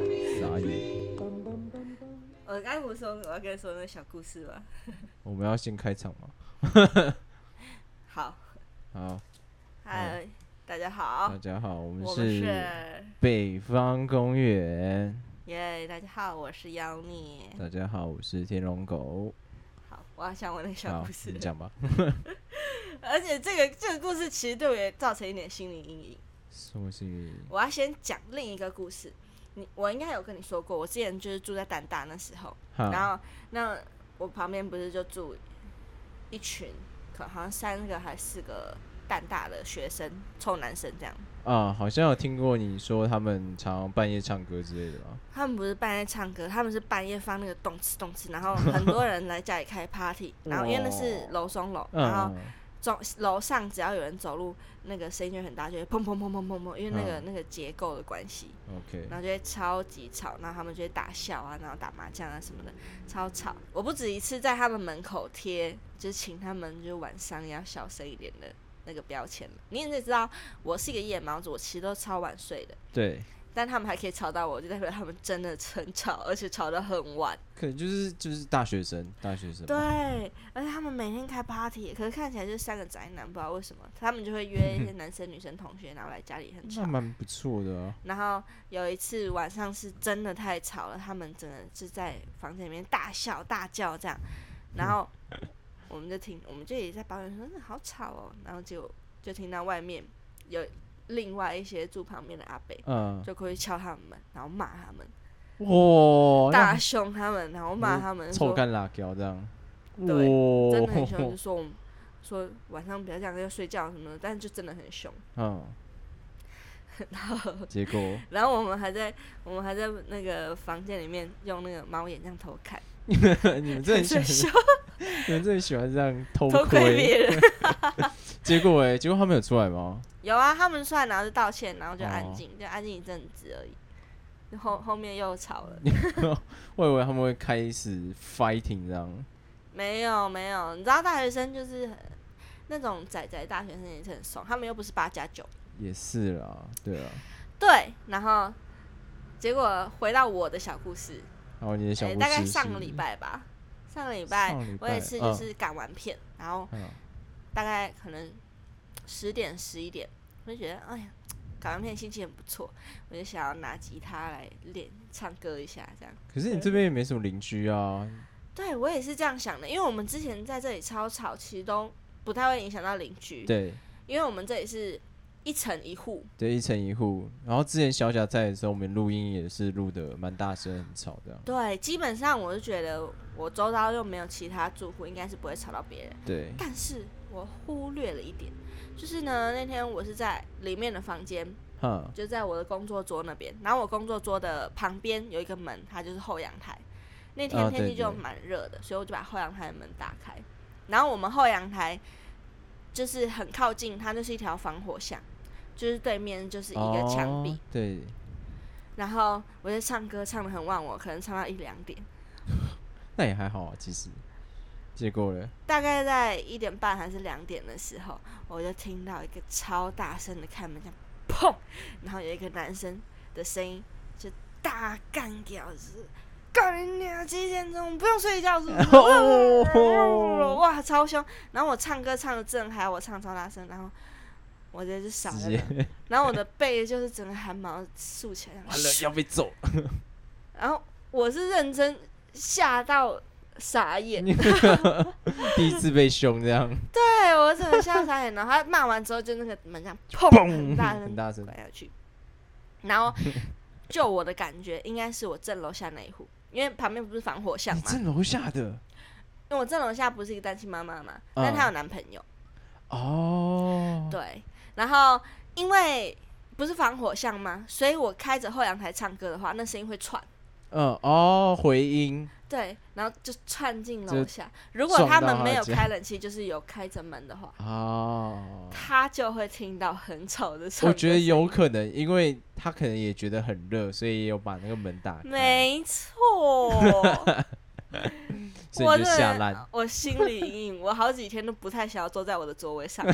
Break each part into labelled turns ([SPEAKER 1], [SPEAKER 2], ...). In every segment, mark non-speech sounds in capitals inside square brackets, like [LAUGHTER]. [SPEAKER 1] me a dream.
[SPEAKER 2] 我该不是说我要跟你说那个小故事吗？
[SPEAKER 3] 我们要先开场吗？
[SPEAKER 2] 好，
[SPEAKER 3] 好，
[SPEAKER 2] 嗨，大家
[SPEAKER 3] 大
[SPEAKER 2] 好，
[SPEAKER 3] 家好，我们
[SPEAKER 2] 我们
[SPEAKER 3] 是
[SPEAKER 2] 是
[SPEAKER 3] 北方公园。
[SPEAKER 2] 耶大家好，我是妖孽。
[SPEAKER 3] 大家好，我是天龙狗。
[SPEAKER 2] 好，我要讲我那个小
[SPEAKER 3] 好
[SPEAKER 2] 故，事
[SPEAKER 3] 你。讲吧。
[SPEAKER 2] 而且这个这个故事其实对我也造成一点心理阴影。
[SPEAKER 3] 什么是？
[SPEAKER 2] 我要先讲另一个故事。你我应该有跟你说过，我之前就是住在丹大那时候，然
[SPEAKER 3] 好，
[SPEAKER 2] 后那我旁边不是就住一群，可好像三个还是四个蛋大的学生，臭男生这样。
[SPEAKER 3] 啊，好像有听过你说他们常常半夜唱歌之类的吧？
[SPEAKER 2] 他们不是半夜唱歌，他们是半夜放那个动次动次，然后很多人来家里开 party，然后因为那是楼中楼，然后
[SPEAKER 3] 嗯，
[SPEAKER 2] 中楼上只要有人走路，那个声音就很大，就会砰砰砰砰砰砰，因为那个、那个结构的关系，
[SPEAKER 3] OK，
[SPEAKER 2] 然后就会超级吵，然后他们就会打笑啊，然后打麻将啊什么的，超吵。我不止一次在他们门口贴，就是请他们就晚上要小声一点的那个标签了。你也知道，我是一个夜猫子，我其实都超晚睡的，
[SPEAKER 3] 对，
[SPEAKER 2] 但他们还可以吵到我，就代表他们真的很吵， [LAUGHS] 而且吵到很晚。
[SPEAKER 3] 可能就是就是大学生，大学生嘛。
[SPEAKER 2] 对，而且他们每天开 party，可是看起来就是三个宅男，不知道为什么，他们就会约一些男生女生同学，然后来家里很吵
[SPEAKER 3] 那。蛮不错的啊。
[SPEAKER 2] 然后有一次晚上是真的太吵了，他们真的是在房间里面大笑大叫这样，然后我们就听，我们就也在抱怨说那好吵哦，然后就就听到外面有另外一些住旁边的阿伯
[SPEAKER 3] 嗯，
[SPEAKER 2] 就过去敲他们门，然后骂他们，
[SPEAKER 3] 哇，
[SPEAKER 2] 大凶他们，然后骂他们
[SPEAKER 3] 哦臭
[SPEAKER 2] 说
[SPEAKER 3] 干哦辣椒这样。
[SPEAKER 2] 对
[SPEAKER 3] 哇
[SPEAKER 2] 真的很凶，就说我们说晚上不要这样要睡觉什么的，但就真的很凶。
[SPEAKER 3] [LAUGHS]
[SPEAKER 2] [LAUGHS]
[SPEAKER 3] 嗯， [LAUGHS] 结果
[SPEAKER 2] 然后我们还在我们还在那个房间里面用那个猫眼这样偷看，
[SPEAKER 3] 你们真的
[SPEAKER 2] [LAUGHS]
[SPEAKER 3] 很喜
[SPEAKER 2] 很
[SPEAKER 3] 欢
[SPEAKER 2] 凶，
[SPEAKER 3] 你们真的很喜欢这样偷
[SPEAKER 2] 偷窥别人。
[SPEAKER 3] [LAUGHS] 结果哎、结果他们有出来吗？
[SPEAKER 2] 有啊，他们出来然后就道歉，然后就安
[SPEAKER 3] 哦
[SPEAKER 2] 静，就安静一阵子而已。后后面又吵了，
[SPEAKER 3] 我以为他们会开始 fighting 这样。
[SPEAKER 2] 没有没有，你知道大学生就是很那种仔仔大学生也是很怂，他们又不是八加九，
[SPEAKER 3] 也是啦，对啊。
[SPEAKER 2] 对，然后结果回到我的小故事，
[SPEAKER 3] 然后你的小
[SPEAKER 2] 诶
[SPEAKER 3] 故事、
[SPEAKER 2] 哎大概上个礼，拜吧，上个礼拜
[SPEAKER 3] 上个礼
[SPEAKER 2] 我也
[SPEAKER 3] 拜
[SPEAKER 2] 是就
[SPEAKER 3] 嗯
[SPEAKER 2] 是赶完片，然后
[SPEAKER 3] 嗯，
[SPEAKER 2] 大概可能十点十一点，我就觉得哎呀，赶完片心情很不错，我就想要拿吉他来练唱歌一下这样。
[SPEAKER 3] 可是你这边也没什么邻居啊，
[SPEAKER 2] 对我也是这样想的，因为我们之前在这里超吵，其实都不太会影响到邻居，
[SPEAKER 3] 对，
[SPEAKER 2] 因为我们这里是一层一户，
[SPEAKER 3] 对，一层一户。然后之前小贾在的时候，我们录音也是录的蛮大声、很吵这样。
[SPEAKER 2] 对，基本上我就觉得我周遭又没有其他住户，应该是不会吵到别人。
[SPEAKER 3] 对，
[SPEAKER 2] 但是我忽略了一点，就是呢，那天我是在里面的房间，
[SPEAKER 3] 哈，
[SPEAKER 2] 就在我的工作桌那边，然后我工作桌的旁边有一个门，它就是后阳台。那天
[SPEAKER 3] 哦
[SPEAKER 2] 天气
[SPEAKER 3] 对
[SPEAKER 2] 就
[SPEAKER 3] 对
[SPEAKER 2] 蛮热的，所以我就把后阳台的门打开。然后我们后阳台就是很靠近，它就是一条防火巷，就是对面就是一个墙壁。
[SPEAKER 3] 哦对，
[SPEAKER 2] 然后我就唱歌唱的很忘我，可能唱到一两点，
[SPEAKER 3] 那也还好啊，其实。结果嘞，
[SPEAKER 2] 大概在一点半还是两点的时候，我就听到一个超大声的开门这样砰，然后有一个男生的声音就大干掉，就是告你娘几点钟不用睡觉是
[SPEAKER 3] [LAUGHS]
[SPEAKER 2] 不是？
[SPEAKER 3] 哦，
[SPEAKER 2] 哇，超凶！然后我唱歌唱的正嗨，我唱超大声，然后我直接就傻
[SPEAKER 3] 直
[SPEAKER 2] 了嘛，
[SPEAKER 3] [LAUGHS] 接
[SPEAKER 2] 然后我的背就是整个汗毛竖起来，然后
[SPEAKER 3] 完了要被
[SPEAKER 2] [LAUGHS]
[SPEAKER 3] 揍。
[SPEAKER 2] 然后我是认真吓到傻眼，
[SPEAKER 3] [LAUGHS] 第一次被凶
[SPEAKER 2] [LAUGHS]
[SPEAKER 3] 这样，
[SPEAKER 2] 对我整个吓傻眼，然后他骂完之后就那个门这
[SPEAKER 3] [LAUGHS]
[SPEAKER 2] 样砰，哦很大声
[SPEAKER 3] 很大声
[SPEAKER 2] 关下去。然后就我的感觉，应该是我正楼下那一户，因为旁边不是防火巷
[SPEAKER 3] 你
[SPEAKER 2] 嘛。
[SPEAKER 3] 正楼下的
[SPEAKER 2] 因为我正楼下不是一个单亲妈妈嘛，
[SPEAKER 3] 嗯
[SPEAKER 2] 但她有男朋友，
[SPEAKER 3] 哦，
[SPEAKER 2] 对。然后因为不是防火巷吗？所以我开着后阳台唱歌的话，那声音会串，
[SPEAKER 3] 嗯哦，回音，
[SPEAKER 2] 对，然后就串进
[SPEAKER 3] 就
[SPEAKER 2] 楼下。如果
[SPEAKER 3] 撞
[SPEAKER 2] 他
[SPEAKER 3] 到
[SPEAKER 2] 们
[SPEAKER 3] 他
[SPEAKER 2] 没有
[SPEAKER 3] 家
[SPEAKER 2] 开冷气，就是有开着门的话，
[SPEAKER 3] 哦，
[SPEAKER 2] 他就会听到很吵的唱歌声音。
[SPEAKER 3] 我觉得有可能，因为他可能也觉得很热，所以也有把那个门打开，
[SPEAKER 2] 没
[SPEAKER 3] [LAUGHS]
[SPEAKER 2] 错，
[SPEAKER 3] 所以
[SPEAKER 2] 真
[SPEAKER 3] 你就
[SPEAKER 2] 的
[SPEAKER 3] 下烂，
[SPEAKER 2] [LAUGHS] 我心理阴影，我好几天都不太想要坐在我的座位
[SPEAKER 3] [LAUGHS]
[SPEAKER 2] 上，？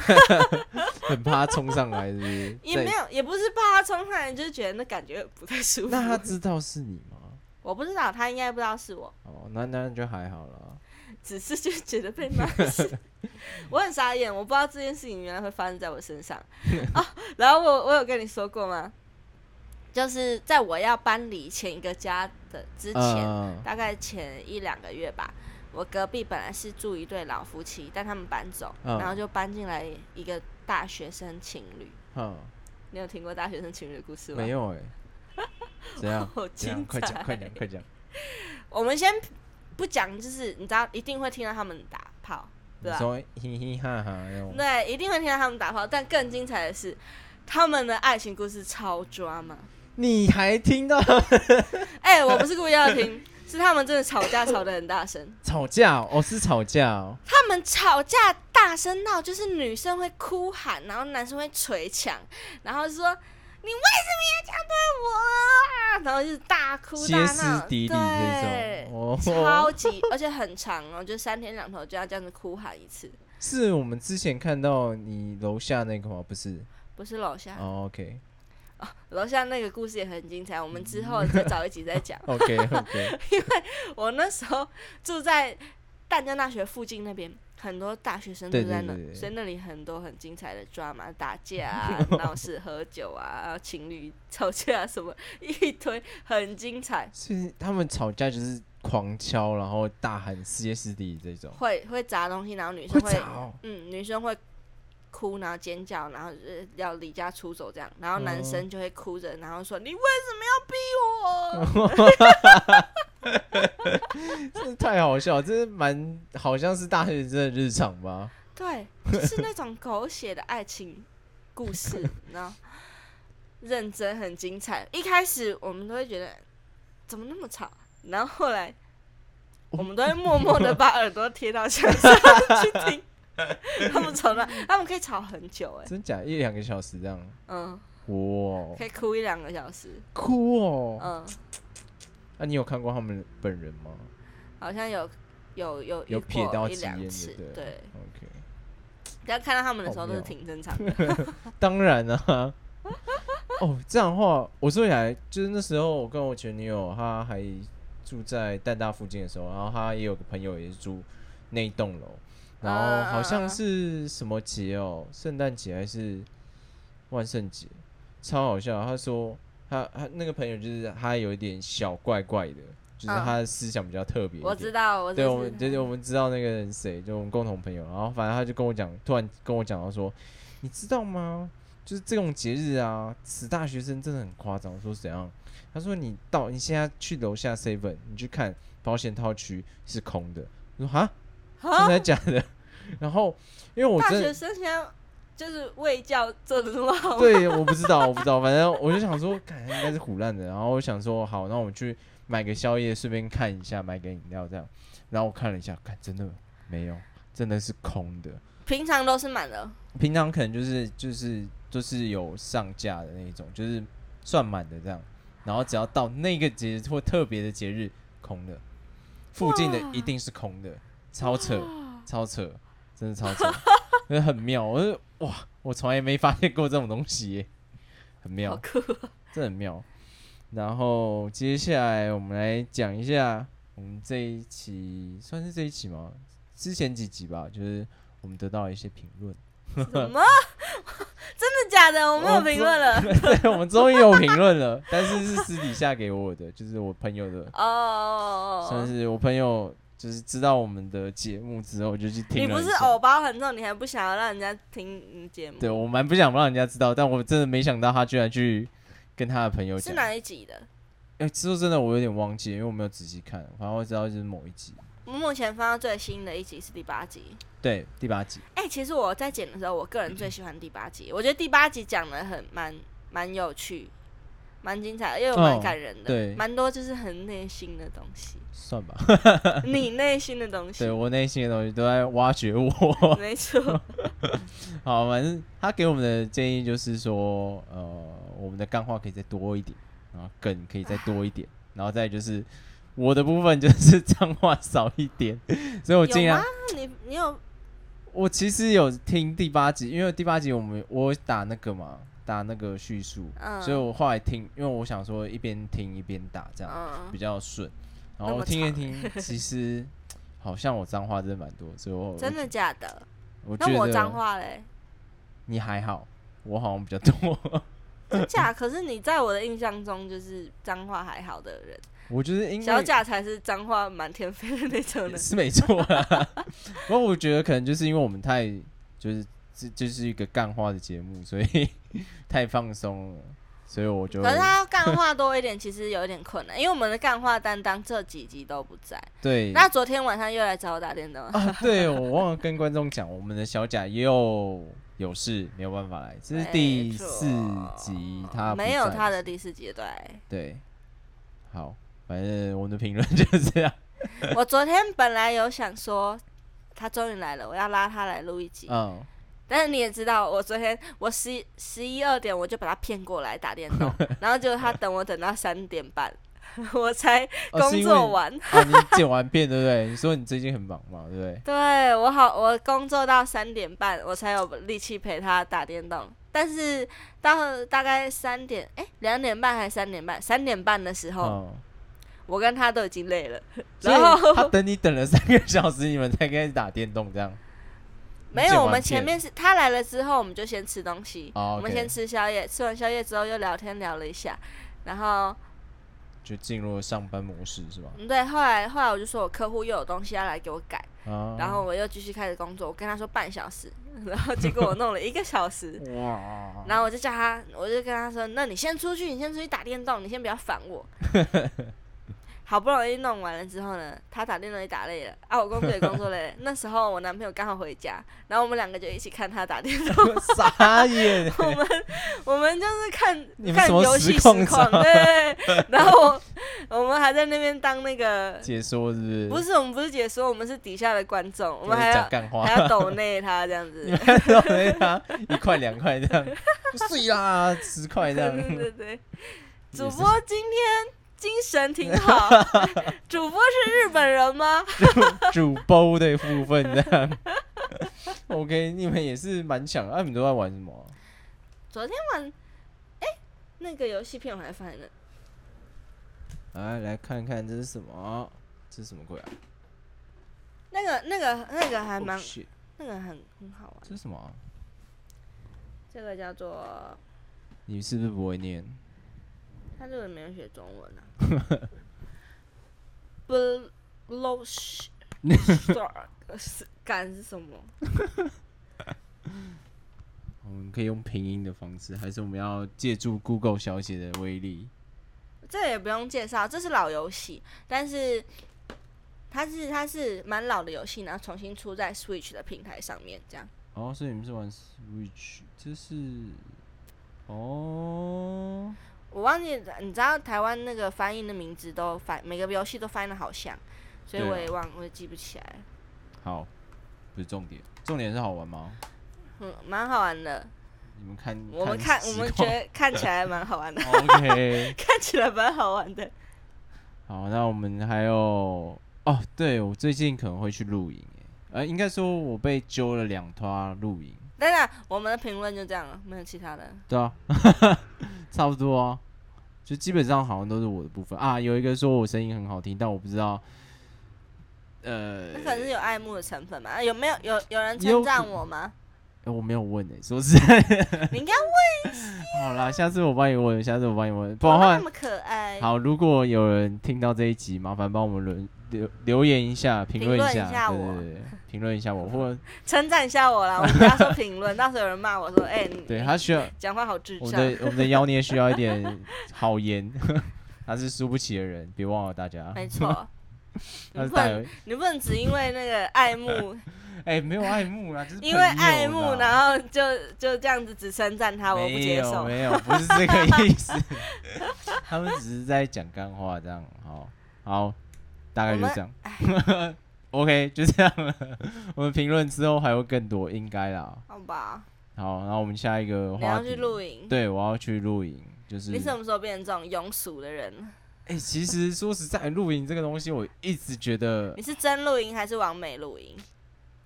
[SPEAKER 3] 很怕他冲上来，是不是
[SPEAKER 2] [LAUGHS] 也没
[SPEAKER 3] 在。
[SPEAKER 2] 有，也不是怕他冲上来，就是觉得那感觉不太舒服。
[SPEAKER 3] 那他知道是你吗？
[SPEAKER 2] 我不知道，他应该不知道是我，
[SPEAKER 3] 哦，那那就还好了。
[SPEAKER 2] 只是就觉得被骂
[SPEAKER 3] [LAUGHS]
[SPEAKER 2] 是。我很傻眼，我不知道这件事情原来会发生在我身
[SPEAKER 3] [LAUGHS]
[SPEAKER 2] 上哦。然后我我有跟你说过吗？就是在我要搬离前一个家的之前，
[SPEAKER 3] 嗯，
[SPEAKER 2] 大概前一两个月吧，我隔壁本来是住一对老夫妻，但他们搬走，
[SPEAKER 3] 嗯
[SPEAKER 2] 然后就搬进来一个大学生情侣。
[SPEAKER 3] 嗯，
[SPEAKER 2] 你有听过大学生情侣的故事吗？
[SPEAKER 3] 没。
[SPEAKER 2] [LAUGHS]
[SPEAKER 3] 有哎，怎样？
[SPEAKER 2] 好
[SPEAKER 3] 怎样
[SPEAKER 2] 精
[SPEAKER 3] 快讲，快
[SPEAKER 2] 彩
[SPEAKER 3] 讲，快讲。
[SPEAKER 2] 我们先不讲，就是你知道一定会听到他们打炮，
[SPEAKER 3] 你
[SPEAKER 2] 对啊吧？
[SPEAKER 3] 说嘻嘻哈哈那种，
[SPEAKER 2] 对，一定会听到他们打炮。但更精彩的是，他们的爱情故事超抓嘛。
[SPEAKER 3] 你还听到
[SPEAKER 2] 哎、我不是故意要
[SPEAKER 3] [LAUGHS]
[SPEAKER 2] 听，是他们真的吵架吵得很大声。
[SPEAKER 3] 吵架哦？哦是吵架哦。
[SPEAKER 2] 他们吵架大声到就是女生会哭喊，然后男生会捶墙，然后说你为什么要这样对我啊？然后就是大哭大
[SPEAKER 3] 歇斯
[SPEAKER 2] 闹，
[SPEAKER 3] 底里这
[SPEAKER 2] 对
[SPEAKER 3] 种，，哦，
[SPEAKER 2] 超级而且很长哦，就三天两头就要这样子哭喊一次，
[SPEAKER 3] 是我们之前看到你楼下那个吗？不是、
[SPEAKER 2] 不是楼下，
[SPEAKER 3] 哦、，OK。
[SPEAKER 2] 楼下那个故事也很精彩，我们之后再找一集再讲
[SPEAKER 3] OK [LAUGHS] OK，
[SPEAKER 2] 我那时候 [LAUGHS] 住在淡江大学附近那边，很多大学生住
[SPEAKER 3] 对
[SPEAKER 2] 在
[SPEAKER 3] 对
[SPEAKER 2] 那，
[SPEAKER 3] 对对
[SPEAKER 2] 所以那里很多很精彩的抓马、打架啊、
[SPEAKER 3] [LAUGHS]
[SPEAKER 2] 闹事、喝酒啊、情侣吵架啊什么， [LAUGHS] 一堆很精彩。
[SPEAKER 3] 是他们吵架就是狂敲，然后大喊歇斯底里这种，
[SPEAKER 2] 会会砸东西，然后女生
[SPEAKER 3] 会
[SPEAKER 2] 会，
[SPEAKER 3] 吵、哦，
[SPEAKER 2] 嗯，女生会哭，然后尖叫，然后就是要离家出走这样，然后男
[SPEAKER 3] 哦
[SPEAKER 2] 生就会哭着，然后说你为什么要逼我？
[SPEAKER 3] 真的太好笑，这是蛮好像是大学生的日常吧？
[SPEAKER 2] 对，就是那种狗血的爱情故事，
[SPEAKER 3] [LAUGHS]
[SPEAKER 2] 你知道，认真很精彩。一开始我们都会觉得怎么那么吵，然后后来我们都会默默的把耳朵贴到墙上去
[SPEAKER 3] [LAUGHS]
[SPEAKER 2] 听。他们吵了，他们可以吵很久哎、
[SPEAKER 3] 真假一两个小时这样，
[SPEAKER 2] 嗯，
[SPEAKER 3] 哇、哦
[SPEAKER 2] 可，以哭一两个小时，
[SPEAKER 3] 哭哦！那、
[SPEAKER 2] 嗯，
[SPEAKER 3] 你有看过他们本人吗？
[SPEAKER 2] 好像有有有遇
[SPEAKER 3] 有瞥
[SPEAKER 2] 过
[SPEAKER 3] 到
[SPEAKER 2] 一
[SPEAKER 3] 几
[SPEAKER 2] 两
[SPEAKER 3] 眼
[SPEAKER 2] 次
[SPEAKER 3] 就对，了
[SPEAKER 2] 对，
[SPEAKER 3] ，OK。
[SPEAKER 2] 但看到他们的时候都
[SPEAKER 3] 好
[SPEAKER 2] 是
[SPEAKER 3] 妙
[SPEAKER 2] 挺正常的。
[SPEAKER 3] 当然啊。 [LAUGHS] 哦，这样的话，我说起来，就是那时候我跟我前女友，她还住在淡大附近的时候，然后她也有个朋友也是住那一栋楼，然后好
[SPEAKER 2] 啊啊啊
[SPEAKER 3] 像是什么节哦，圣诞节还是万圣节，超好笑。她说她她那个朋友就是她有一点小怪怪的，就是
[SPEAKER 2] 嗯
[SPEAKER 3] 她的思想比较特别一点。
[SPEAKER 2] 我知道，我
[SPEAKER 3] 对，
[SPEAKER 2] 只
[SPEAKER 3] 我
[SPEAKER 2] 哦是
[SPEAKER 3] 们就是我们知道那个人谁，就我们共同朋友。然后反正他就跟我讲，突然跟我讲到说，你知道吗？就是这种节日啊，死大学生真的很夸张。我说怎样？他说你到你现在去楼下 seven，你去看保险套区是空的。我说哈，真的假的？然后因为我
[SPEAKER 2] 啊大
[SPEAKER 3] 真
[SPEAKER 2] 学
[SPEAKER 3] 的
[SPEAKER 2] 生现在就是卫教做的这么好，
[SPEAKER 3] 对，我不知道，我不知道，反正我就想说，感觉应该是胡乱的。然后我想说，好，那我去买个宵夜，顺便看一下，买个饮料这样。然后我看了一下，看真的没有，真的是空的。
[SPEAKER 2] 平常都是满的。
[SPEAKER 3] 平常可能就是就是就是有上架的那种，就是算满的这样。然后只要到那个节日或特别的节日，空的，附近的一定是空的，超扯，超扯，真的超扯， [LAUGHS] 真的很妙。我就哇，我从来没发现过这种东西耶，很妙
[SPEAKER 2] 好，
[SPEAKER 3] [LAUGHS]
[SPEAKER 2] 酷、
[SPEAKER 3] 这很妙。然后接下来我们来讲一下我们这一期，算是这一期吗？之前几集吧，就是我们得到了一些评论。
[SPEAKER 2] 什么？ [LAUGHS] 真的假的？我没有评论了。
[SPEAKER 3] [LAUGHS] 对，我们终于有评论了，但是是私底下给我的，就是我朋友的，算
[SPEAKER 2] 哦，
[SPEAKER 3] 是我朋友就是知道我们的节目之后就去
[SPEAKER 2] 你
[SPEAKER 3] 听
[SPEAKER 2] 不
[SPEAKER 3] 了一
[SPEAKER 2] 是
[SPEAKER 3] 下。
[SPEAKER 2] 偶包很重，你还不想要让人家听你节目？
[SPEAKER 3] 对，我蛮不想让人家知道，但我真的没想到他居然去跟他的朋友
[SPEAKER 2] 是
[SPEAKER 3] 讲。
[SPEAKER 2] 哪一集的？
[SPEAKER 3] 哎、说真的，我有点忘记，因为我没有仔细看，反正我知道就是某一集，
[SPEAKER 2] 我目前翻到最新的一集是第八集。
[SPEAKER 3] 对，第八集。
[SPEAKER 2] 哎、其实我在剪的时候，我个人最喜欢第八集。我觉得第八集讲的很蛮蛮有趣、蛮精彩的，又有
[SPEAKER 3] 哦
[SPEAKER 2] 蛮感人的
[SPEAKER 3] 对，
[SPEAKER 2] 蛮、多就是很内心的东西， [LAUGHS]
[SPEAKER 3] 算吧， [LAUGHS]
[SPEAKER 2] 你内心的东西
[SPEAKER 3] 对，我内心的东西都在挖掘我。
[SPEAKER 2] 没
[SPEAKER 3] 嗯
[SPEAKER 2] 错，
[SPEAKER 3] 好，反正他给我们的建议就是说，呃，我们的干话可以再多一点，然后梗可以再多一点，然后再就是我的部分就是脏话少一点， [LAUGHS] 所以我尽
[SPEAKER 2] 有
[SPEAKER 3] 量
[SPEAKER 2] 吗。？你你有
[SPEAKER 3] 我其实有听第八集，因为第八集我们我打那个嘛，打那个叙述，
[SPEAKER 2] 嗯
[SPEAKER 3] 所以我后来听，因为我想说一边听一边打这样。
[SPEAKER 2] 嗯
[SPEAKER 3] 比较顺。然
[SPEAKER 2] 那
[SPEAKER 3] 后我
[SPEAKER 2] 么
[SPEAKER 3] 听一
[SPEAKER 2] 长
[SPEAKER 3] 听，其实好像我脏话真的蛮多，所以我
[SPEAKER 2] 真的假的？
[SPEAKER 3] 嗯我觉
[SPEAKER 2] 那我脏
[SPEAKER 3] 得
[SPEAKER 2] 话嘞？
[SPEAKER 3] 你还好，我好像比较多。
[SPEAKER 2] 真假？可是你在我的印象中就是脏话还好的人，
[SPEAKER 3] 我觉得因
[SPEAKER 2] 小
[SPEAKER 3] 为
[SPEAKER 2] 贾才是脏话满天飞的那种人。
[SPEAKER 3] 是没错啦， [LAUGHS] 不过我觉得可能就是因为我们太就是这这是一个干话的节目，所以 [LAUGHS] 太放松了，所以我就
[SPEAKER 2] 可是他要干话多一点，其实有一点困难，因为我们的干话担当这几集都不在。
[SPEAKER 3] 对
[SPEAKER 2] 那昨天晚上又来找我打电动，
[SPEAKER 3] 啊，对我忘了跟观众讲，我们的小贾又有事没有办法来，这是第
[SPEAKER 2] 没错
[SPEAKER 3] 四集他不
[SPEAKER 2] 没有
[SPEAKER 3] 在
[SPEAKER 2] 他的第四阶段。
[SPEAKER 3] 对，好，反正我们的评论就
[SPEAKER 2] [LAUGHS]
[SPEAKER 3] 是这样
[SPEAKER 2] 我昨天本来有想说，他终于来了，我要拉他来录一集。
[SPEAKER 3] 嗯，
[SPEAKER 2] 但是你也知道，我昨天我十十一二点我就把他骗过来打电
[SPEAKER 3] [LAUGHS]
[SPEAKER 2] 动，然后结果他等我等到三点半， [LAUGHS] 我才
[SPEAKER 3] 哦是
[SPEAKER 2] 工
[SPEAKER 3] 因
[SPEAKER 2] 作
[SPEAKER 3] 为
[SPEAKER 2] 完。
[SPEAKER 3] 哦，你剪完片对不对？你说你最近很忙嘛，对不对？
[SPEAKER 2] 对我好，我工作到三点半，我才有力气陪他打电动。但是到大概三点，哎、两点半还是三点半？三点半的时候，
[SPEAKER 3] 嗯，
[SPEAKER 2] 我跟他都已经累了。
[SPEAKER 3] 所
[SPEAKER 2] 然
[SPEAKER 3] 以
[SPEAKER 2] [LAUGHS]
[SPEAKER 3] 他
[SPEAKER 2] 后
[SPEAKER 3] 等你等了三个小时，你们才开始打电
[SPEAKER 2] [LAUGHS]
[SPEAKER 3] 动这样。你
[SPEAKER 2] 没
[SPEAKER 3] 剪
[SPEAKER 2] 有，我
[SPEAKER 3] 完
[SPEAKER 2] 们前
[SPEAKER 3] 片
[SPEAKER 2] 面是他来了之后，我们就先吃东西，
[SPEAKER 3] 哦
[SPEAKER 2] 我们
[SPEAKER 3] OK
[SPEAKER 2] 先吃宵夜，吃完宵夜之后又聊天聊了一下，然后
[SPEAKER 3] 就进入了上班模式是吧？
[SPEAKER 2] 嗯对，后来后来我就说我客户又有东西要来给我改，
[SPEAKER 3] 啊，
[SPEAKER 2] 嗯然后我又继续开始工作，我跟他说半小时，然后结果我弄了一个小时。
[SPEAKER 3] [LAUGHS] 哇，
[SPEAKER 2] 然后我就叫他，我就跟他说：“那你先出去，你先出去打电动，你先不要烦
[SPEAKER 3] [LAUGHS]
[SPEAKER 2] 我。”好不容易弄完了之后呢，他打电动也打累了，啊，我工作也工作累了。那时候我男朋友刚好回家，然后我们两个就一起看他打电动。
[SPEAKER 3] [LAUGHS] 傻眼欸，
[SPEAKER 2] 我们我们就是看
[SPEAKER 3] [LAUGHS] 你们
[SPEAKER 2] 看
[SPEAKER 3] 什么
[SPEAKER 2] 游戏
[SPEAKER 3] 实
[SPEAKER 2] 实
[SPEAKER 3] 况
[SPEAKER 2] 况，
[SPEAKER 3] 场
[SPEAKER 2] 对。
[SPEAKER 3] [LAUGHS]
[SPEAKER 2] 然后我我们还在那边当那个，
[SPEAKER 3] 解说是不是？
[SPEAKER 2] 不是我们不是解说，我们是底下的观众，我们
[SPEAKER 3] 就是
[SPEAKER 2] 还
[SPEAKER 3] 讲
[SPEAKER 2] 要
[SPEAKER 3] 干话 [LAUGHS]
[SPEAKER 2] 还，要抖内他这样子
[SPEAKER 3] 你。们还要回他一块两块这样，碎啦，十块这
[SPEAKER 2] [LAUGHS] 对
[SPEAKER 3] 样。
[SPEAKER 2] 对对对，
[SPEAKER 3] 也
[SPEAKER 2] 主
[SPEAKER 3] 是
[SPEAKER 2] 播今天精神挺好。主播是日本人吗？
[SPEAKER 3] 主播的部分这样。OK，你们也是蛮强，啊，你们都在玩什么啊、
[SPEAKER 2] 昨天晚，哎、那个游戏片我还放在那。
[SPEAKER 3] 来来看看这是什么？这是什么鬼啊？
[SPEAKER 2] 那个、那个、那个还
[SPEAKER 3] Oh
[SPEAKER 2] 蛮
[SPEAKER 3] shit，
[SPEAKER 2] 那个很很好玩。
[SPEAKER 3] 这是什么啊、
[SPEAKER 2] 这个叫做，
[SPEAKER 3] 你是不是不会念？
[SPEAKER 2] 他这个没有写中文啊。b l o s star 是干是什么？
[SPEAKER 3] 我们哦可以用拼音的方式，还是我们要借助 Google 小写的威力？
[SPEAKER 2] 这也不用介绍，这是老游戏，但是它是它是蛮老的游戏，然后重新出在 Switch 的平台上面，这样。
[SPEAKER 3] 哦，所以你们是玩 Switch，这是哦，
[SPEAKER 2] 我忘记，你知道台湾那个翻译的名字都翻，每个游戏都翻的好像，所以
[SPEAKER 3] 对啊
[SPEAKER 2] 我也忘，我也记不起来了。
[SPEAKER 3] 好，不是重点，重点是好玩吗？
[SPEAKER 2] 嗯，蛮好玩的。
[SPEAKER 3] 你们看，
[SPEAKER 2] 我们看，
[SPEAKER 3] 实
[SPEAKER 2] 我们觉
[SPEAKER 3] 况
[SPEAKER 2] 得看起来蛮好玩的， [LAUGHS]
[SPEAKER 3] [LAUGHS] OK。
[SPEAKER 2] 看起来蛮好玩的。
[SPEAKER 3] 好，那我们还有哦，对我最近可能会去露营，哎，呃，应该说我被揪了两趟露营，
[SPEAKER 2] 当然，啊我们的评论就这样了，没有其他的。
[SPEAKER 3] 对啊， [LAUGHS] 差不多啊，就基本上好像都是我的部分啊。有一个说我声音很好听，但我不知道，呃
[SPEAKER 2] 那，可能是有爱慕的成分嘛？啊有没有有有人
[SPEAKER 3] 有
[SPEAKER 2] 称
[SPEAKER 3] 可
[SPEAKER 2] 赞我
[SPEAKER 3] [LAUGHS]
[SPEAKER 2] 吗？
[SPEAKER 3] 呃我没有问哎、说
[SPEAKER 2] [LAUGHS]
[SPEAKER 3] 实在，
[SPEAKER 2] 你应该
[SPEAKER 3] 好啦，下次我帮你问，下次我帮你问，不
[SPEAKER 2] 我
[SPEAKER 3] 然的
[SPEAKER 2] 那
[SPEAKER 3] 话，
[SPEAKER 2] 么可爱。
[SPEAKER 3] 好，如果有人听到这一集，麻烦帮我们留留留言一下，评
[SPEAKER 2] 评
[SPEAKER 3] 论
[SPEAKER 2] 论
[SPEAKER 3] 一
[SPEAKER 2] 一
[SPEAKER 3] 下，
[SPEAKER 2] 下
[SPEAKER 3] 对
[SPEAKER 2] 我
[SPEAKER 3] 对对，对评论一下
[SPEAKER 2] [LAUGHS]
[SPEAKER 3] 我，或者
[SPEAKER 2] 称赞一下我啦，我们不要说评
[SPEAKER 3] [LAUGHS]
[SPEAKER 2] 论，到时候有人骂我说，哎、你
[SPEAKER 3] 对他需要。
[SPEAKER 2] 讲话好智
[SPEAKER 3] 我
[SPEAKER 2] 障。
[SPEAKER 3] 们的我们的妖孽需要一点好言， [LAUGHS] 他是输不起的人，别忘了大家。
[SPEAKER 2] 没错，
[SPEAKER 3] [LAUGHS]
[SPEAKER 2] 你
[SPEAKER 3] 他是
[SPEAKER 2] 不
[SPEAKER 3] 大
[SPEAKER 2] 能
[SPEAKER 3] 有 [LAUGHS]
[SPEAKER 2] 你不能只因为那个爱慕
[SPEAKER 3] 哎，没有爱慕啦，就是
[SPEAKER 2] 因为爱慕，
[SPEAKER 3] 朋友
[SPEAKER 2] 然
[SPEAKER 3] 啦。
[SPEAKER 2] 后就就这样子只称赞他，啊我不
[SPEAKER 3] 没
[SPEAKER 2] 接
[SPEAKER 3] 有
[SPEAKER 2] 受。
[SPEAKER 3] 没有，不是这个意思， [LAUGHS] 他们只是在讲干话，这样好好，大概就这样。OK，就
[SPEAKER 2] 哎
[SPEAKER 3] [LAUGHS] 这样了。我们评论之后还会更多，应该啦。
[SPEAKER 2] 好吧，
[SPEAKER 3] 好，然后我们下一个
[SPEAKER 2] 你
[SPEAKER 3] 话
[SPEAKER 2] 要
[SPEAKER 3] 题
[SPEAKER 2] 去，露营，
[SPEAKER 3] 对，我要去露营，就是
[SPEAKER 2] 你什么时候变成这种庸俗的人了？
[SPEAKER 3] 哎、其实说实在，露营这个东西，我一直觉得
[SPEAKER 2] 你是真露营还是完美露营？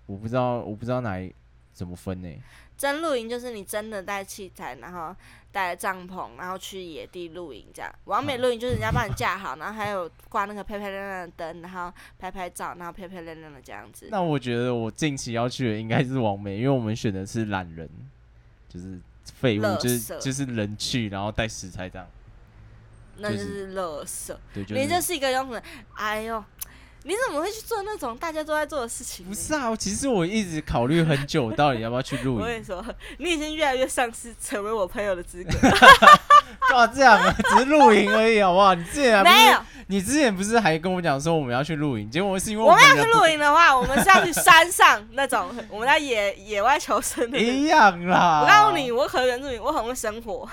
[SPEAKER 3] 我不知道，我不知道哪一怎么分呢、
[SPEAKER 2] 真露营就是你真的带器材，然后带帐篷，然后去野地露营这样。完美露营就是人家帮你架好，然后还有挂那个漂漂亮亮的灯，然后拍拍照，然后漂漂亮亮的这样子。
[SPEAKER 3] 那我觉得我近期要去的应该是王美，因为我们选的是懒人，就是废物，
[SPEAKER 2] 垃
[SPEAKER 3] 就是
[SPEAKER 2] 圾
[SPEAKER 3] 就是人去，然后带食材这样。
[SPEAKER 2] 那就
[SPEAKER 3] 就是
[SPEAKER 2] 是垃圾，
[SPEAKER 3] 对，就
[SPEAKER 2] 你这
[SPEAKER 3] 是
[SPEAKER 2] 是一个庸俗人。哎呦，你怎么会去做那种大家都在做的事情呢？
[SPEAKER 3] 不是啊？其实我一直考虑很久，到底要不要去露
[SPEAKER 2] 我跟
[SPEAKER 3] 营
[SPEAKER 2] 你。说，你已经越来越丧失成为我朋友的资格。
[SPEAKER 3] 干嘛这样啊？只是露营而已，好不好？你之前还不是
[SPEAKER 2] 没有，
[SPEAKER 3] 你之前不是还跟我讲说我们要去露营，结果是因为
[SPEAKER 2] 我们
[SPEAKER 3] 们
[SPEAKER 2] 要
[SPEAKER 3] 的
[SPEAKER 2] 去露营的话，我们是要去山上那种，我们要野野外求生的那种。
[SPEAKER 3] 一样啦。
[SPEAKER 2] 我告诉你，我可原住民，我很会生活，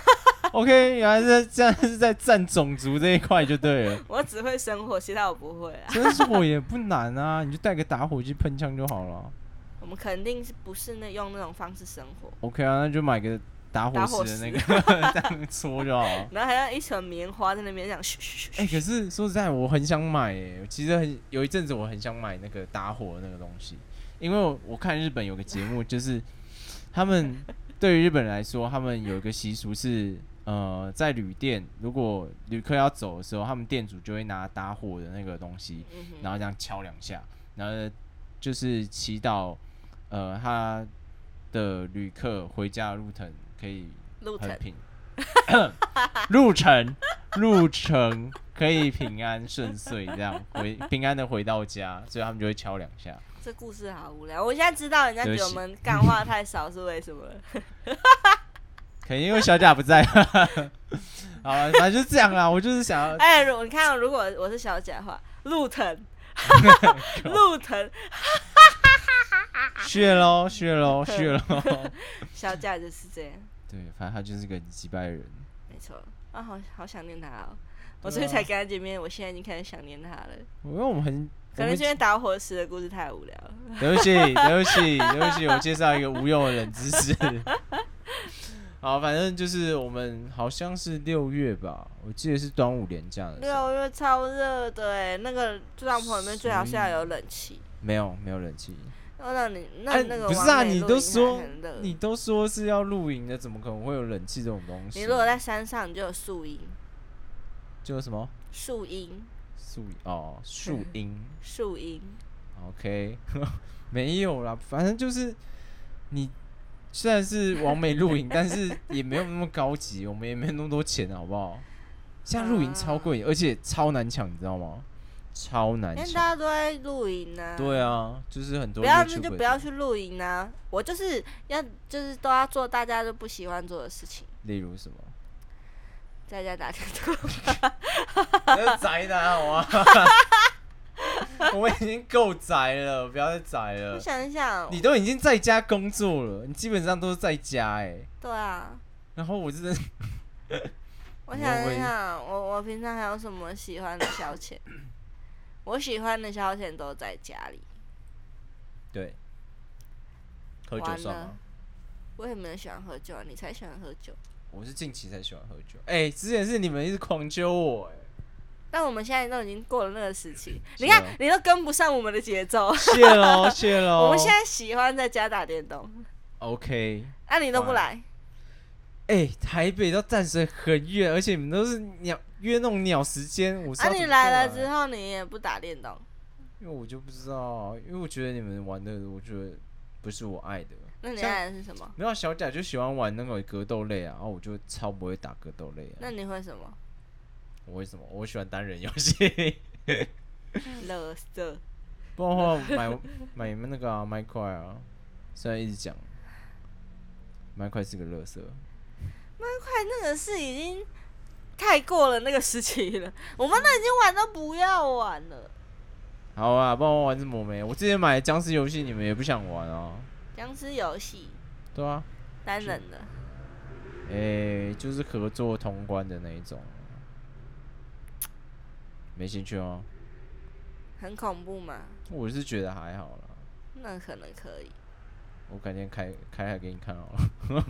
[SPEAKER 3] OK，原来是这样，是在占种族这一块就对了。
[SPEAKER 2] 我只会生活，其他我不会啊。
[SPEAKER 3] 真是我也不难啊，你就带个打火机喷枪就好了。
[SPEAKER 2] 我们肯定是不是那用那种方式生活，
[SPEAKER 3] OK 啊，那就买个打
[SPEAKER 2] 打
[SPEAKER 3] 火
[SPEAKER 2] 火
[SPEAKER 3] 石的
[SPEAKER 2] 石
[SPEAKER 3] 那个 [LAUGHS] 这样戳就好 [LAUGHS] 了。
[SPEAKER 2] 然后还要一捆棉花在那边讲嘘嘘
[SPEAKER 3] 哎、
[SPEAKER 2] 嘘嘘。
[SPEAKER 3] 可是说实在，我很想买、欸，其实很有一阵子我很想买那个打火的那个东西，因为我我看日本有个节目，就是他 [LAUGHS] 们对于日本人来说，他们有一个习俗是，呃，在旅店如果旅客要走的时候，他们店主就会拿打火的那个东西，
[SPEAKER 2] 嗯哼
[SPEAKER 3] 然后这样敲两下，然后就是祈祷，呃，他的旅客回家的路程可以
[SPEAKER 2] 路
[SPEAKER 3] 很
[SPEAKER 2] 程
[SPEAKER 3] 平， [COUGHS] 路程路程可以平安顺遂，这样回平安的回到家，所以他们就会敲两下。
[SPEAKER 2] 这故事好无聊，我现在知道人家
[SPEAKER 3] 对
[SPEAKER 2] 觉
[SPEAKER 3] 不
[SPEAKER 2] 得
[SPEAKER 3] 起
[SPEAKER 2] 我们干话太少是为什么了。
[SPEAKER 3] 可能因为小贾不在， [LAUGHS] 好了，反正就这样啦。我就是想要，
[SPEAKER 2] 哎，如你看哦，如果我是小姐的话，路
[SPEAKER 3] [LAUGHS]
[SPEAKER 2] 腾，路腾，
[SPEAKER 3] 谢喽，
[SPEAKER 2] [LAUGHS]
[SPEAKER 3] 谢喽，谢喽。
[SPEAKER 2] 小姐就是这样。
[SPEAKER 3] 对，反正他就是个很击败人。
[SPEAKER 2] 没错啊，好好想念他哦！
[SPEAKER 3] 对
[SPEAKER 2] 我
[SPEAKER 3] 啊
[SPEAKER 2] 最近才跟他见面，我现在已经开始想念他了。
[SPEAKER 3] 因为我们很，
[SPEAKER 2] 可
[SPEAKER 3] 我
[SPEAKER 2] 能
[SPEAKER 3] 们
[SPEAKER 2] 是因为打火石的故事太无聊了。
[SPEAKER 3] 对不起，对不起，对不起，我介绍一个无用的冷知识。好，反正就是我们好像是六月吧，我记得是端午连假的时候，
[SPEAKER 2] 六月超热的哎，那个帐篷里面最好是要有冷气。
[SPEAKER 3] 没有没有冷气。
[SPEAKER 2] 那那你那
[SPEAKER 3] 哎
[SPEAKER 2] 那个
[SPEAKER 3] 不是啊，
[SPEAKER 2] 完美
[SPEAKER 3] 你
[SPEAKER 2] 露
[SPEAKER 3] 都
[SPEAKER 2] 营
[SPEAKER 3] 说
[SPEAKER 2] 还很热
[SPEAKER 3] 你都说是要露营的，怎么可能会有冷气这种东西？
[SPEAKER 2] 你如果在山上，你就有树荫、
[SPEAKER 3] 就什么
[SPEAKER 2] 树荫、
[SPEAKER 3] 树哦树荫
[SPEAKER 2] 树荫。
[SPEAKER 3] ，OK，没有啦，反正就是你虽然是完美露营，但是也没有那么高级，我们也没有那么多钱，好不好？现在露营超贵，而且超难抢，你知道吗？超难
[SPEAKER 2] 因为
[SPEAKER 3] 抢。
[SPEAKER 2] 大家都在露营呢、啊。
[SPEAKER 3] 哎对啊，就是很多
[SPEAKER 2] 不要
[SPEAKER 3] YouTuber
[SPEAKER 2] 那就不要去露营啊！我就是要就是都要做大家都不喜欢做的事情，
[SPEAKER 3] 例如什么？
[SPEAKER 2] 在家打电
[SPEAKER 3] [LAUGHS]
[SPEAKER 2] 动。
[SPEAKER 3] 那是宅男好吗？ [LAUGHS] 我们已经够宅了，不要再宅
[SPEAKER 2] 我
[SPEAKER 3] 了。
[SPEAKER 2] 想哦一想，
[SPEAKER 3] 呃你都已经在家工作了，你基本上都是在家哎、
[SPEAKER 2] 对啊，
[SPEAKER 3] 然后我真的， [LAUGHS]
[SPEAKER 2] 我
[SPEAKER 3] 你
[SPEAKER 2] 想
[SPEAKER 3] 会不
[SPEAKER 2] 一
[SPEAKER 3] 会
[SPEAKER 2] 想，我我平常还有什么喜欢的消遣？ [COUGHS] 我喜欢的消遣都在家里，
[SPEAKER 3] 对，喝酒
[SPEAKER 2] 完
[SPEAKER 3] 算
[SPEAKER 2] 了
[SPEAKER 3] 吗？
[SPEAKER 2] 我也没有喜欢喝酒啊，你才喜欢喝酒。
[SPEAKER 3] 我是近期才喜欢喝酒。哎、之前是你们一直狂揪我、
[SPEAKER 2] [LAUGHS]
[SPEAKER 3] 哎，
[SPEAKER 2] 但我们现在都已经过了那个时期，
[SPEAKER 3] 是
[SPEAKER 2] 你看
[SPEAKER 3] 啊
[SPEAKER 2] 你都跟不上我们的节奏。
[SPEAKER 3] 谢喽谢喽。
[SPEAKER 2] 我们现在喜欢在家打电动，
[SPEAKER 3] OK，
[SPEAKER 2] 那、你都不
[SPEAKER 3] 哇
[SPEAKER 2] 来，
[SPEAKER 3] 哎、台北到淡水很远，而且你们都是鸟约那种鸟时间，我是
[SPEAKER 2] 啊
[SPEAKER 3] 要
[SPEAKER 2] 你
[SPEAKER 3] 怎么
[SPEAKER 2] 来
[SPEAKER 3] 过
[SPEAKER 2] 了之后你也不打电动，
[SPEAKER 3] 因为我就不知道，啊因为我觉得你们玩的，我觉得不是啊我爱的。
[SPEAKER 2] 那你
[SPEAKER 3] 像
[SPEAKER 2] 爱的是什么？
[SPEAKER 3] 没有小贾就喜欢玩那个格斗类啊，然后我就超不会打格斗类啊。
[SPEAKER 2] 那你会什么？
[SPEAKER 3] 我为什么我喜欢单人游戏？ [LAUGHS]
[SPEAKER 2] 乐色。
[SPEAKER 3] 不然的话我买买 [LAUGHS] 那个啊麦块啊，虽然一直讲麦块是个乐色，
[SPEAKER 2] 快，那个是已经 [LAUGHS] 太过了那个时期了，我们都已经玩到不要玩了。
[SPEAKER 3] 好啊，帮我玩什么没？我之前买的僵尸游戏，你们也不想玩啊？
[SPEAKER 2] 僵尸游戏
[SPEAKER 3] 对啊，
[SPEAKER 2] 单人的，
[SPEAKER 3] 诶、就是合作通关的那一种，没兴趣哦。
[SPEAKER 2] 很恐怖吗？
[SPEAKER 3] 我是觉得还好啦，
[SPEAKER 2] 那可能可以。
[SPEAKER 3] 我改天开开来给你看哦好了。